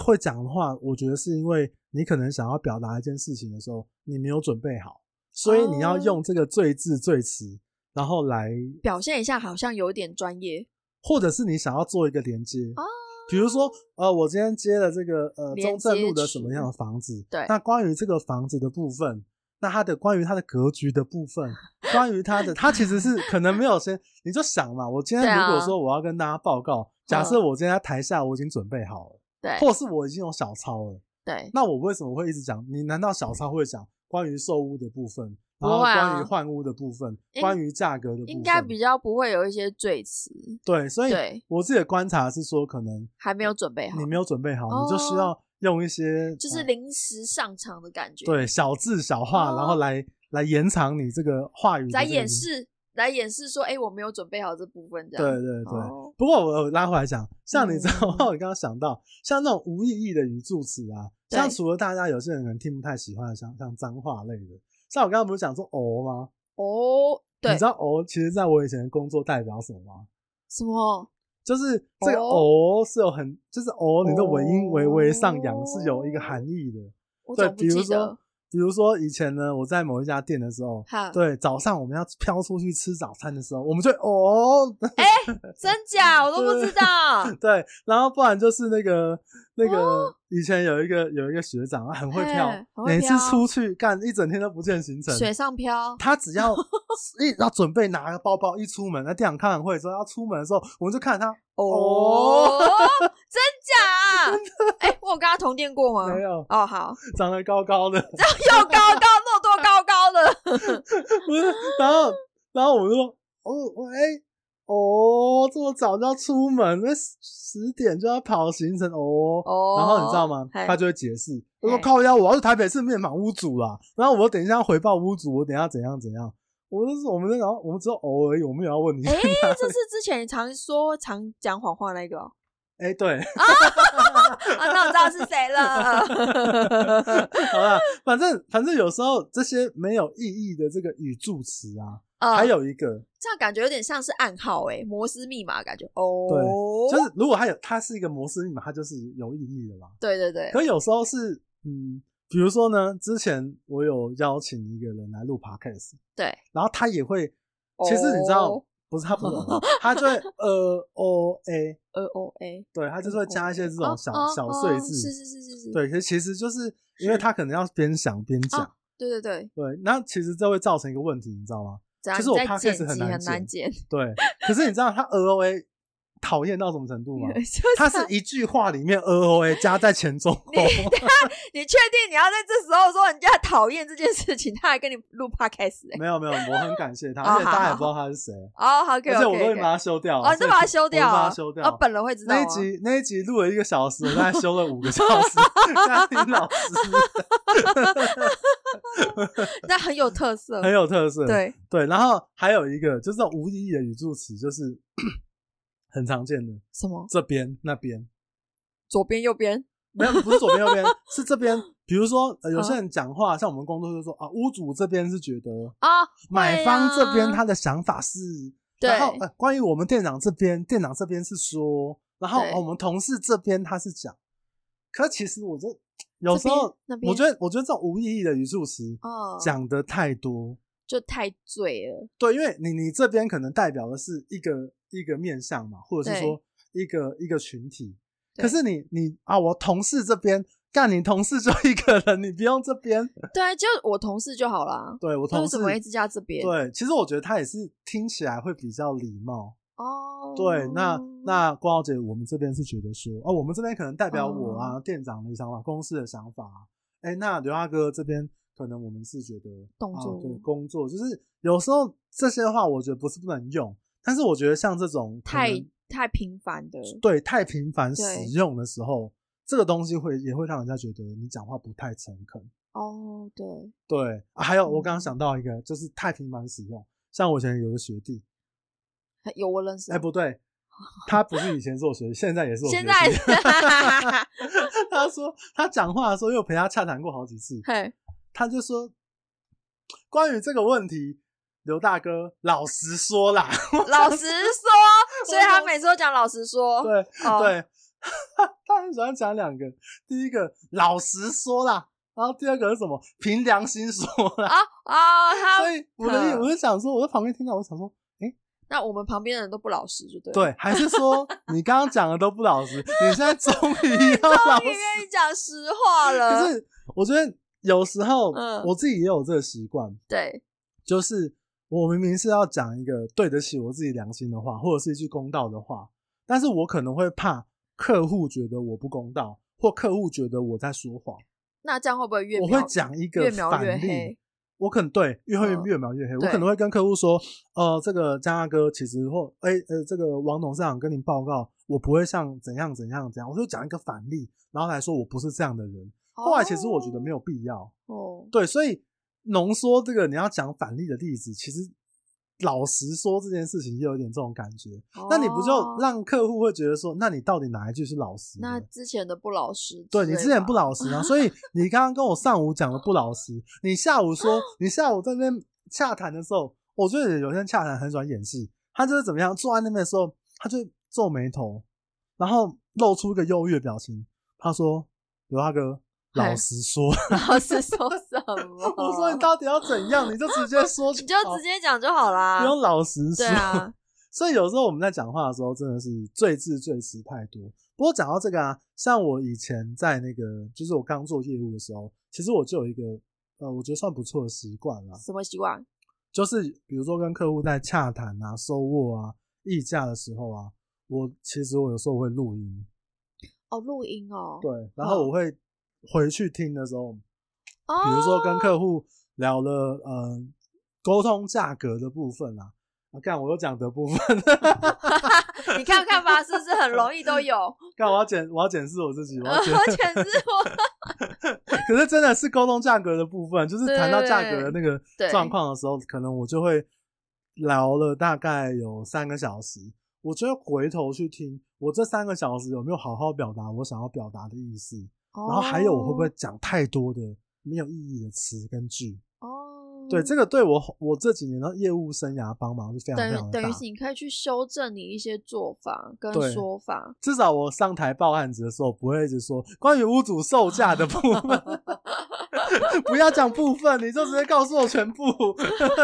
Speaker 1: 会讲的话，我觉得是因为你可能想要表达一件事情的时候，你没有准备好，所以你要
Speaker 2: 哦
Speaker 1: 用这个最字最词，然后来，
Speaker 2: 表现一下好像有点专业
Speaker 1: 或者是你想要做一个连接
Speaker 2: 哦。
Speaker 1: 比如说，呃，我今天接了这个呃
Speaker 2: 连
Speaker 1: 中正路
Speaker 2: 接
Speaker 1: 的
Speaker 2: 词
Speaker 1: 什么样的房子？
Speaker 2: 对
Speaker 1: 那关于这个房子的部分，那他的关于他的格局的部分，关于他的，他其实是可能没有先，你就想嘛，我今
Speaker 2: 对
Speaker 1: 天
Speaker 2: 啊嗯
Speaker 1: 如果说我要跟大家报告，假设我今天在台下我已经准备好了，
Speaker 2: 对
Speaker 1: 或是我已经有小抄了，
Speaker 2: 对，
Speaker 1: 那我为什么会一直讲？你难道小抄会讲关于售屋的部分，然后
Speaker 2: 不会啊
Speaker 1: 关于换屋的部分，
Speaker 2: 应
Speaker 1: 关于价格的部分？
Speaker 2: 应该比较不会有一些赘词，
Speaker 1: 对，嗯所以
Speaker 2: 对
Speaker 1: 我自己的观察是说，可能
Speaker 2: 还没有准备好
Speaker 1: 你，没有准备好，
Speaker 2: 哦
Speaker 1: 你就需要用一些
Speaker 2: 就是
Speaker 1: 呃
Speaker 2: 临时上场的感觉，，
Speaker 1: 对小字小话，
Speaker 2: 哦
Speaker 1: 然后来来延长你这个话语的
Speaker 2: 来
Speaker 1: 这个
Speaker 2: 掩
Speaker 1: 音
Speaker 2: 饰来掩饰说，哎、我没有准备好这部分，这
Speaker 1: 对
Speaker 2: 样，
Speaker 1: 对对。
Speaker 2: 哦
Speaker 1: 不过我我拉回来讲，像你知道
Speaker 2: 嗯
Speaker 1: 吗？我刚刚想到，像那种无意义的语助词啊，
Speaker 2: 对
Speaker 1: 像除了大家有些人可能听不太喜欢的，像像脏话类的，像我刚刚不是讲说“哦”吗？
Speaker 2: 哦，对
Speaker 1: 你知，道“哦”其实在我以前的工作代表什么吗？
Speaker 2: 什么？
Speaker 1: 就是这个“
Speaker 2: 哦
Speaker 1: 哦”是有很，就是“哦”你的尾音微微上扬是有一个
Speaker 2: 哦
Speaker 1: 含义的。
Speaker 2: 我怎
Speaker 1: 对，
Speaker 2: 么不
Speaker 1: 比如
Speaker 2: 记
Speaker 1: 说
Speaker 2: 得？，
Speaker 1: 比如说以前呢，我在某一家店的时候，
Speaker 2: 哈，
Speaker 1: 对，早上我们要飘出去吃早餐的时候，我们就哦， [LAUGHS]
Speaker 2: 真假我都不知道。
Speaker 1: 对，然后不然就是那个那个以前有一个有一个学长，他很会飘
Speaker 2: 哎哦很，会
Speaker 1: 每次
Speaker 2: 飘
Speaker 1: 出去干一整天都不见行程，
Speaker 2: 水上漂，
Speaker 1: 他只
Speaker 2: [LAUGHS]
Speaker 1: 要一要准备拿个包包一出门，那店长开完会之后要出门的时候，我们就看他
Speaker 2: 哦，真
Speaker 1: [LAUGHS]
Speaker 2: 假？哎、我有跟他同店过吗？
Speaker 1: 没有
Speaker 2: 哦，好，
Speaker 1: 长得高高的，
Speaker 2: 又高高那么多高
Speaker 1: [LAUGHS]
Speaker 2: 高的，
Speaker 1: 不是，然后然后我们就说哦喂。哦，这么早就要出门，那十十点就要跑行程哦。
Speaker 2: 哦
Speaker 1: 然后你知道吗？
Speaker 2: 嘿
Speaker 1: 他就会解释，他说
Speaker 2: 嘿
Speaker 1: 靠腰，我要去台北市面访屋主啦，然后我等一下要回报屋主，我等一下怎样怎样。我就是我们在然后我们只有偶尔有，我们也要问你。
Speaker 2: 哎、这是之前常说常讲谎话那个哦、
Speaker 1: 哎，
Speaker 2: [LAUGHS]
Speaker 1: 对，
Speaker 2: 啊，那我知道是谁了。
Speaker 1: 好啦，反正反正有时候这些没有意义的这个语助词啊，[LAUGHS]
Speaker 2: 呃
Speaker 1: 还有一个
Speaker 2: 这样感觉有点像是暗号哎、摩斯密码感觉
Speaker 1: 对
Speaker 2: 哦，
Speaker 1: 就是如果它有它是一个摩斯密码，它就是有意义的啦。
Speaker 2: 对对对，
Speaker 1: 可有时候是嗯，比如说呢，之前我有邀请一个人来录 podcast，
Speaker 2: 对，
Speaker 1: 然后他也会，其实你知道，
Speaker 2: 哦
Speaker 1: 不是他不懂，啊他就会呃哦诶，
Speaker 2: 呃哦哎，
Speaker 1: 对他就是会加一些这种小、
Speaker 2: 哦哦
Speaker 1: 小
Speaker 2: 哦
Speaker 1: 碎
Speaker 2: 是
Speaker 1: 字，
Speaker 2: 是是是是，
Speaker 1: 对，可是其实就是因为他可能要边想边讲，
Speaker 2: 啊对对对，
Speaker 1: 对，那其实这会造成一个问题，你知道吗？
Speaker 2: 只要
Speaker 1: 就是
Speaker 2: 你
Speaker 1: 我
Speaker 2: 在
Speaker 1: podcast
Speaker 2: 剪辑
Speaker 1: 很难
Speaker 2: 很难
Speaker 1: 剪
Speaker 2: 剪，
Speaker 1: 对，可是你知道他呃哦诶讨厌到什么程度
Speaker 2: [LAUGHS]
Speaker 1: 吗？他是一句话里面呃哦诶加在前中后，
Speaker 2: [LAUGHS] 你确定你要在这时候说人家讨厌这件事情，他还跟你录 podcast 哎、
Speaker 1: 没有没有，我很感谢他，
Speaker 2: 哦
Speaker 1: 而且大家也
Speaker 2: 好
Speaker 1: 不知道他是谁。
Speaker 2: 哦，好，可以，
Speaker 1: 而且我
Speaker 2: 可以
Speaker 1: 都会
Speaker 2: 可以
Speaker 1: 把它修掉。
Speaker 2: 哦，你
Speaker 1: 所
Speaker 2: 就
Speaker 1: 以
Speaker 2: 把它修掉
Speaker 1: 我会把
Speaker 2: 啊，
Speaker 1: 它修掉。
Speaker 2: 哦，本人会知道
Speaker 1: 那
Speaker 2: 啊
Speaker 1: 一集那一集录了一个小
Speaker 2: [LAUGHS]
Speaker 1: 时，我大概修了五个小时。 [LAUGHS] 嘉玲老师
Speaker 2: 那很有特色，
Speaker 1: 很有特色，
Speaker 2: 对，
Speaker 1: 对。然后还有一个就是这种无意义的语助词，就是 [COUGHS] 很常见的
Speaker 2: 什么
Speaker 1: 这边那边，
Speaker 2: 左边右边，
Speaker 1: 没有不是左边
Speaker 2: [LAUGHS]
Speaker 1: 右边，是这边。比如说、呃
Speaker 2: 啊
Speaker 1: 有些人讲话，像我们工作就说啊，屋主这边是觉得
Speaker 2: 啊，
Speaker 1: 买方这边
Speaker 2: 啊
Speaker 1: 他的想法是，
Speaker 2: 对
Speaker 1: 然后呃，关于我们店长这边，店长这边是说，然后、
Speaker 2: 对
Speaker 1: 哦我们同事这边他是讲，可其实我这有
Speaker 2: 这
Speaker 1: 时
Speaker 2: 边
Speaker 1: 候
Speaker 2: 那，边
Speaker 1: 我觉得我觉得这种无意义的语助词
Speaker 2: 哦，
Speaker 1: 讲的太多，
Speaker 2: 就太醉了，
Speaker 1: 对，因为你你这边可能代表的是一个一个面向嘛，或者是
Speaker 2: 对
Speaker 1: 说一个一个群体，
Speaker 2: 对
Speaker 1: 可是你你啊，我同事这边干，你同事就一个人，你不用这边，
Speaker 2: 对，啊就我同事就好啦。
Speaker 1: 对我
Speaker 2: 那
Speaker 1: 同
Speaker 2: 为
Speaker 1: 事
Speaker 2: 什。么一直加这边？
Speaker 1: 对，其实我觉得他也是听起来会比较礼貌，
Speaker 2: 哦，
Speaker 1: 对，那那郭小姐，我们这边是觉得说，哦，我们这边可能代表我啊，
Speaker 2: 嗯
Speaker 1: 店长的想法，公司的想法、啊。哎、那刘大哥这边可能我们是觉得
Speaker 2: 动
Speaker 1: 啊
Speaker 2: 作
Speaker 1: 对工作，就是有时候这些话，我觉得不是不能用，但是我觉得像这种可
Speaker 2: 太
Speaker 1: 能
Speaker 2: 太频繁的，
Speaker 1: 对太频繁
Speaker 2: 对
Speaker 1: 使用的时候，这个东西会也会让人家觉得你讲话不太诚恳。
Speaker 2: 哦，对，
Speaker 1: 对，啊还有我
Speaker 2: 嗯
Speaker 1: 刚刚想到一个，就是太频繁使用，像我以前有个学弟，
Speaker 2: 还有我认识
Speaker 1: 哎、，不
Speaker 2: [LAUGHS]
Speaker 1: 对，他不是以前是我学弟，现在也是我学弟。
Speaker 2: 现在
Speaker 1: [LAUGHS] 他说他讲话的时候，因为我陪他洽谈过好几次， [LAUGHS]
Speaker 2: 嘿，
Speaker 1: 他就说关于这个问题，刘大哥老实说啦，
Speaker 2: 老实说，所以他每次都讲老实说，
Speaker 1: 对、
Speaker 2: 哦
Speaker 1: 对， [LAUGHS] 他很喜欢讲两个，第一个老实说啦，然后第二个是什么凭良心说啦。
Speaker 2: 啊 [LAUGHS] 啊，他
Speaker 1: 所以我的意
Speaker 2: 嗯
Speaker 1: 我就想说，我在旁边听到，我想说，
Speaker 2: 那我们旁边的人都不老实，就对了。
Speaker 1: 对，还是说你刚刚讲的都不老实，你现在终于要老
Speaker 2: [LAUGHS] 终于
Speaker 1: 实
Speaker 2: 愿意讲实话了。
Speaker 1: 可是我觉得有时候
Speaker 2: 嗯
Speaker 1: 我自己也有这个习惯，
Speaker 2: 对，
Speaker 1: 就是我明明是要讲一个对得起我自己良心的话，或者是一句公道的话，但是我可能会怕客户觉得我不公道，或客户觉得我在说谎，
Speaker 2: 那这样会不会越
Speaker 1: 我
Speaker 2: 描
Speaker 1: 会讲一个
Speaker 2: 越描越
Speaker 1: 反例
Speaker 2: 黑。？
Speaker 1: 我可能对越会
Speaker 2: 嗯
Speaker 1: 越描越黑，我
Speaker 2: 对
Speaker 1: 可能会跟客户说，呃，这个江大哥其实或哎、呃，这个王董事长跟您报告，我不会像怎样怎样怎样，我就讲一个反例，然后来说我不是这样的人。后来其实我觉得没有必要，
Speaker 2: 哦，
Speaker 1: 对，所以浓缩这个你要讲反例的例子，其实老实说这件事情也有点这种感觉。
Speaker 2: 哦
Speaker 1: 那你不就让客户会觉得说，那你到底哪一句是老实的？
Speaker 2: 那之前的不老实，
Speaker 1: 嗯对你之前不，老实啊，所以你刚刚跟我上午讲的不老实，你下午
Speaker 2: [LAUGHS]
Speaker 1: 说你下午在那边洽谈的时候，我觉得有些人洽谈很喜欢演戏，他就是怎么样坐在那边的时候，他就皱眉头，然后露出一个忧郁的表情。他说：“刘大哥，老
Speaker 2: 嗨
Speaker 1: 实说，
Speaker 2: [LAUGHS] 老实说什么？
Speaker 1: [LAUGHS] 我
Speaker 2: [LAUGHS]
Speaker 1: 说你到底要怎样？你就直接说
Speaker 2: 你
Speaker 1: 就
Speaker 2: 就
Speaker 1: 好，
Speaker 2: 直接讲就好啦
Speaker 1: 不。用老实说
Speaker 2: 对。啊，
Speaker 1: [LAUGHS] 所以有时候我们在讲话的时候，真的是最字最词太多。不过讲到这个啊，像我以前在那个，就是我刚做业务的时候，其实我就有一个呃，我觉得算不错的习惯啦，
Speaker 2: 什么习惯？
Speaker 1: 就是比如说跟客户在洽谈啊、收货啊、议价的时候啊，我其实我有时候会录音，
Speaker 2: 哦，录音哦，
Speaker 1: 对，然后我会回去听的时候，
Speaker 2: 哦，
Speaker 1: 比如说跟客户聊了呃沟通价格的部分啊，啊，干我又讲的部分，
Speaker 2: 你看看吧，是不是很容易都
Speaker 1: [LAUGHS]
Speaker 2: 有？
Speaker 1: 干我要检我要检视我自己，我要
Speaker 2: [LAUGHS] 而
Speaker 1: 检
Speaker 2: 且是我，
Speaker 1: 可是真的是沟通价格的部分，就是谈到价格的那个
Speaker 2: 对
Speaker 1: 状况的时候，可能我就会聊了大概有三个小时，我就会回头去听我这三个小时有没有好好表达我想要表达的意思， [LAUGHS] 然后还有我会不会讲太多的没有意义的词跟句。
Speaker 2: 哦？
Speaker 1: 对，这个对我我这几年的业务生涯帮忙是非常非
Speaker 2: 等
Speaker 1: 常
Speaker 2: 于
Speaker 1: 大
Speaker 2: 等于。是你可以去修正你一些做法跟
Speaker 1: 对
Speaker 2: 说法，
Speaker 1: 至少我上台报案子的时候，不会一直说关于屋主售价的部分，不要讲部分，你就直接告诉我全部。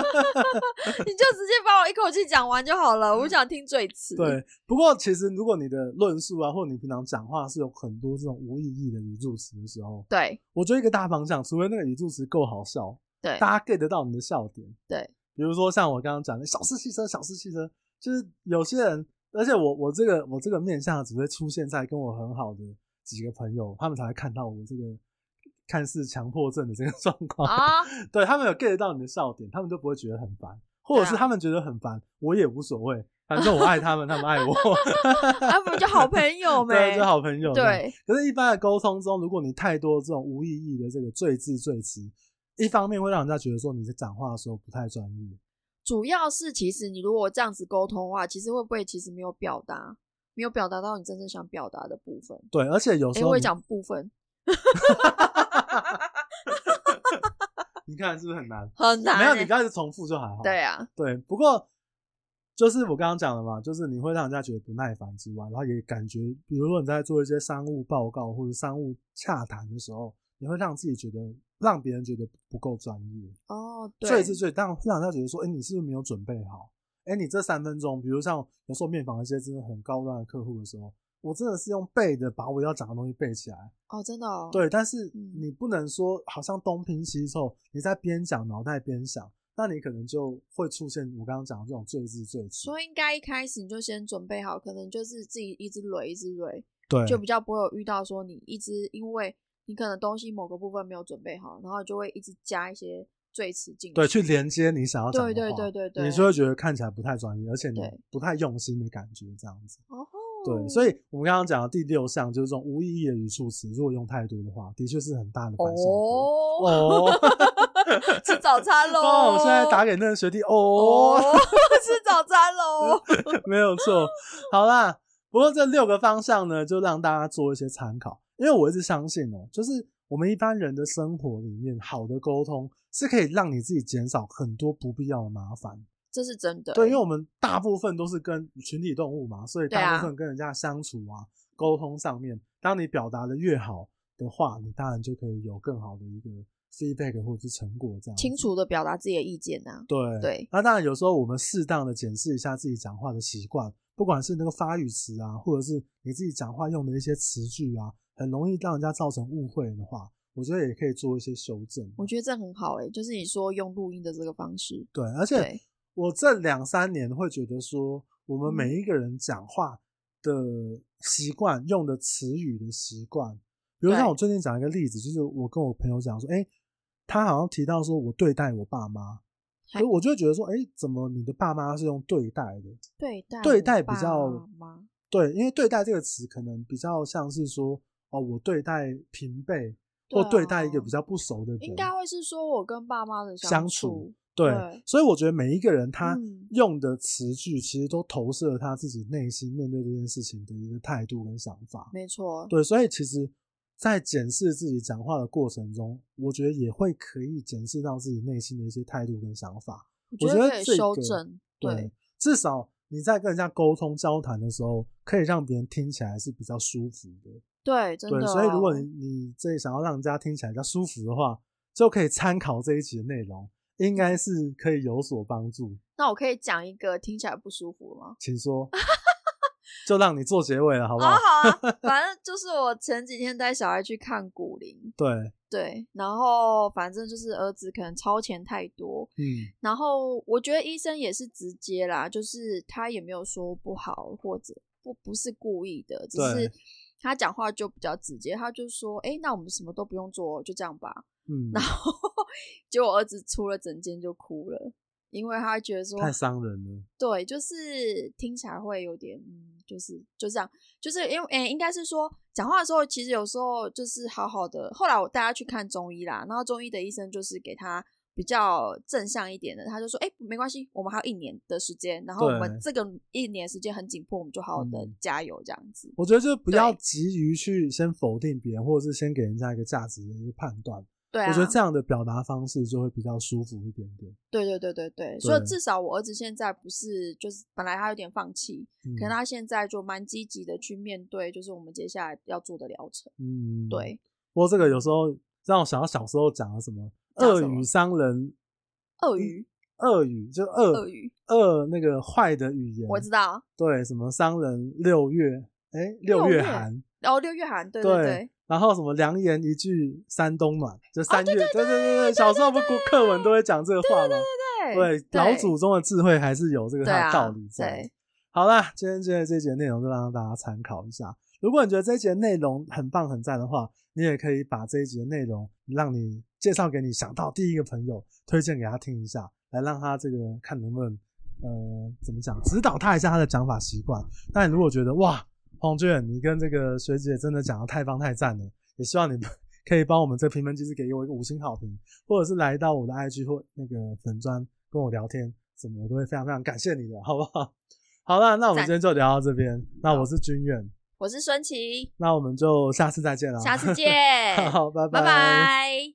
Speaker 2: 你就直接把我一口气讲完就好了。我想听最词，
Speaker 1: 嗯对，不过其实如果你的论述啊，或者你平常讲话是有很多这种无意义的语助词的时候，
Speaker 2: 对
Speaker 1: 我觉得一个大方向，除非那个语助词够好笑，
Speaker 2: 对
Speaker 1: 大家 get 得到你的笑点。
Speaker 2: 对，
Speaker 1: 比如说像我刚刚讲的小事汽车，小事汽车，就是有些人，而且我我这个我这个面相只会出现在跟我很好的几个朋友，他们才会看到我这个看似强迫症的这个状况。
Speaker 2: 啊，
Speaker 1: [LAUGHS] 对他们有 get 到你的笑点，他们就不会觉得很烦，或者是
Speaker 2: 对啊
Speaker 1: 他们觉得很烦，我也无所谓，反正我爱他们，他们爱
Speaker 2: [LAUGHS]
Speaker 1: 我，
Speaker 2: 啊，不就好朋
Speaker 1: [LAUGHS]
Speaker 2: 友
Speaker 1: 对，
Speaker 2: 没
Speaker 1: 就？好朋友。
Speaker 2: 对，
Speaker 1: 可是，一般的沟通中，如果你太多这种无意义的这个赘字赘词，一方面会让人家觉得说你在讲话的时候不太专业，
Speaker 2: 主要是其实你如果这样子沟通的话，其实会不会其实没有表达，没有表达到你真正想表达的部分？
Speaker 1: 对，而且有时
Speaker 2: 诶，
Speaker 1: 候
Speaker 2: 我也
Speaker 1: 你
Speaker 2: 讲部分
Speaker 1: 你看是不是很难？
Speaker 2: 很难、
Speaker 1: 没
Speaker 2: 欸，
Speaker 1: 有，你只要一直重复就还好。
Speaker 2: 对啊，
Speaker 1: 对，不过就是我刚刚讲的嘛，就是你会让人家觉得不耐烦之外，然后也感觉，比如说你在做一些商务报告或者商务洽谈的时候，你会让自己觉得让别人觉得不够专业，
Speaker 2: 哦，
Speaker 1: 所
Speaker 2: 对
Speaker 1: 以，是最让让人家觉得说，哎、你是不是没有准备好？哎、你这三分钟，比如像有时候面访一些真的很高端的客户的时候，我真的是用背的把我要讲的东西背起来。
Speaker 2: 哦，真的、哦，，
Speaker 1: 对，但是
Speaker 2: 嗯
Speaker 1: 你不能说好像东拼西凑，你在边讲脑袋边想，那你可能就会出现我刚刚讲的这种赘字赘词。
Speaker 2: 所以应该一开始你就先准备好，可能就是自己一直累，一直累，
Speaker 1: 对
Speaker 2: 就比较不会有遇到说你一直因为你可能东西某个部分没有准备好，然后就会一直加一些赘词进去。
Speaker 1: 对，去连接你想要讲的
Speaker 2: 对对
Speaker 1: 话
Speaker 2: 对对对，
Speaker 1: 你就会觉得看起来不太专业，而且你
Speaker 2: 对
Speaker 1: 不太用心的感觉，这样子。
Speaker 2: 哦，
Speaker 1: 对，所以我们刚刚讲的第六项就是这种无意义的语助词，如果用太多的话，的确是很大的反效果。
Speaker 2: 哦，
Speaker 1: 哦， [LAUGHS]
Speaker 2: 吃早餐喽！
Speaker 1: 哦，我现在打给那个学弟哦
Speaker 2: 哦， [LAUGHS] 吃早餐喽！
Speaker 1: [LAUGHS] 没有错。好啦，不过这六个方向呢，就让大家做一些参考，因为我一直相信哦、就是我们一般人的生活里面，好的沟通是可以让你自己减少很多不必要的麻烦。
Speaker 2: [LAUGHS] 这是真的欸，
Speaker 1: 对，因为我们大部分都是跟群体动物嘛，所以
Speaker 2: 对啊
Speaker 1: 大部分跟人家相处啊、沟通上面，当你表达的越好的话，你当然就可以有更好的一个 feedback 或者是成果这样子。
Speaker 2: 清楚的表达自己的意见啊呐。
Speaker 1: 对
Speaker 2: 对
Speaker 1: 那当然，有时候我们适当的检视一下自己讲话的习惯，不管是那个发语词啊，或者是你自己讲话用的一些词句啊，很容易让人家造成误会的话，我觉得也可以做一些修正。
Speaker 2: 我觉得这很好哎、就是你说用录音的这个方式，
Speaker 1: 对，而且
Speaker 2: 对，
Speaker 1: 我这两三年会觉得说，我们
Speaker 2: 嗯
Speaker 1: 每一个人讲话的习惯、用的词语的习惯，比如像
Speaker 2: 对
Speaker 1: 我最近讲一个例子，就是我跟我朋友讲说，哎、他好像提到说我对待我爸妈，
Speaker 2: 嗨
Speaker 1: 所以我就会觉得说，哎、怎么你的爸妈是用对待的？
Speaker 2: 对待
Speaker 1: 对
Speaker 2: 对
Speaker 1: 待比较
Speaker 2: 吗？
Speaker 1: 对，因为对待这个词可能比较像是说，哦，我对待平辈或
Speaker 2: 啊
Speaker 1: 对待一个比较不熟的人，
Speaker 2: 应该会是说我跟爸妈的
Speaker 1: 相
Speaker 2: 处
Speaker 1: 处，对
Speaker 2: 对，
Speaker 1: 所以我觉得每一个人他
Speaker 2: 嗯
Speaker 1: 用的词句，其实都投射了他自己内心面对这件事情的一个态度跟想法。
Speaker 2: 没错，
Speaker 1: 对，所以其实，在检视自己讲话的过程中，我觉得也会可以检视到自己内心的一些态度跟想法。
Speaker 2: 我
Speaker 1: 我觉得
Speaker 2: 可以
Speaker 1: 这个
Speaker 2: 修正，对，
Speaker 1: 至少你在跟人家沟通交谈的时候，可以让别人听起来是比较舒服的。
Speaker 2: 对，真
Speaker 1: 对，
Speaker 2: 的。哦
Speaker 1: 所以如果你你这想要让人家听起来比较舒服的话，就可以参考这一集的内容，应该是可以有所帮助。
Speaker 2: 那我可以讲一个听起来不舒服吗？
Speaker 1: 请说，就让你做结尾了，好不
Speaker 2: 啊、
Speaker 1: 好？
Speaker 2: 好
Speaker 1: [LAUGHS]
Speaker 2: 啊，反正就是我前几天带小孩去看古灵，
Speaker 1: 对，
Speaker 2: 对，然后反正就是儿子可能超前太多，
Speaker 1: 嗯，
Speaker 2: 然后我觉得医生也是直接啦，就是他也没有说不好或者不不是故意的，只
Speaker 1: 对
Speaker 2: 是他讲话就比较直接，他就说，哎、那我们什么都不用做，哦就这样吧。 [LAUGHS]
Speaker 1: 嗯，
Speaker 2: 然后结果我儿子出了整间就哭了，因为他觉得说
Speaker 1: 太伤人了。
Speaker 2: 对，就是听起来会有点，嗯，就是就这样，就是因为，诶、应该是说讲话的时候，其实有时候就是好好的。后来我带他去看中医啦，然后中医的医生就是给他比较正向一点的，他就说，哎、没关系，我们还有一年的时间，然后我们
Speaker 1: 对
Speaker 2: 这个一年时间很紧迫，我们就好好的
Speaker 1: 嗯
Speaker 2: 加油这样子。
Speaker 1: 我觉得就是不要
Speaker 2: 对
Speaker 1: 急于去先否定别人，或者是先给人家一个价值的一个判断。
Speaker 2: 对啊，
Speaker 1: 我觉得这样的表达方式就会比较舒服一点点。
Speaker 2: 对对对对对，所以
Speaker 1: 对
Speaker 2: 至少我儿子现在不是就是本来他有点放弃，
Speaker 1: 嗯
Speaker 2: 可能他现在就蛮积极的去面对，就是我们接下来要做的疗程。
Speaker 1: 嗯，
Speaker 2: 对。。
Speaker 1: 不过这个有时候让我想到小时候讲的什么“
Speaker 2: 讲
Speaker 1: 恶
Speaker 2: 什么
Speaker 1: 语伤人”，嗯
Speaker 2: 鳄鱼，
Speaker 1: 恶语就恶
Speaker 2: 鳄鱼，
Speaker 1: 恶那个坏的语言，
Speaker 2: 我知道。
Speaker 1: 对什么伤人六月，哎、六
Speaker 2: 六
Speaker 1: 月
Speaker 2: 月
Speaker 1: 寒，
Speaker 2: 然后六月寒，对
Speaker 1: 对
Speaker 2: 对，
Speaker 1: 然后什么良言一句三冬暖，就三月，哦对对对对，小时候不过课文都会讲这个话吗？
Speaker 2: 对
Speaker 1: 老祖宗的智慧还是有这个
Speaker 2: 对
Speaker 1: 它
Speaker 2: 啊
Speaker 1: 的道理在。
Speaker 2: 对，
Speaker 1: 好啦，今天觉得这一节内容就让大家参考一下。如果你觉得这一节内容很棒很赞的话，你也可以把这一节内容让你介绍给你想到第一个朋友，推荐给他听一下，来让他这个看能不能呃怎么讲，指导他一下他的讲法习惯。那你如果觉得哇，黄娟你跟这个学姐真的讲的太棒太赞了，也希望你们 [LAUGHS] 可以帮我们这评分机制给我一个五星好评，或者是来到我的 IG 或那个粉砖跟我聊天，什么我都会非常非常感谢你的，好不好？好啦，那我们
Speaker 2: 赞
Speaker 1: 今天就聊到这边。那我是君远，
Speaker 2: 我是孙琦，
Speaker 1: [LAUGHS] 那我们就下次再见了，
Speaker 2: 下次见，
Speaker 1: 好，拜
Speaker 2: 拜拜。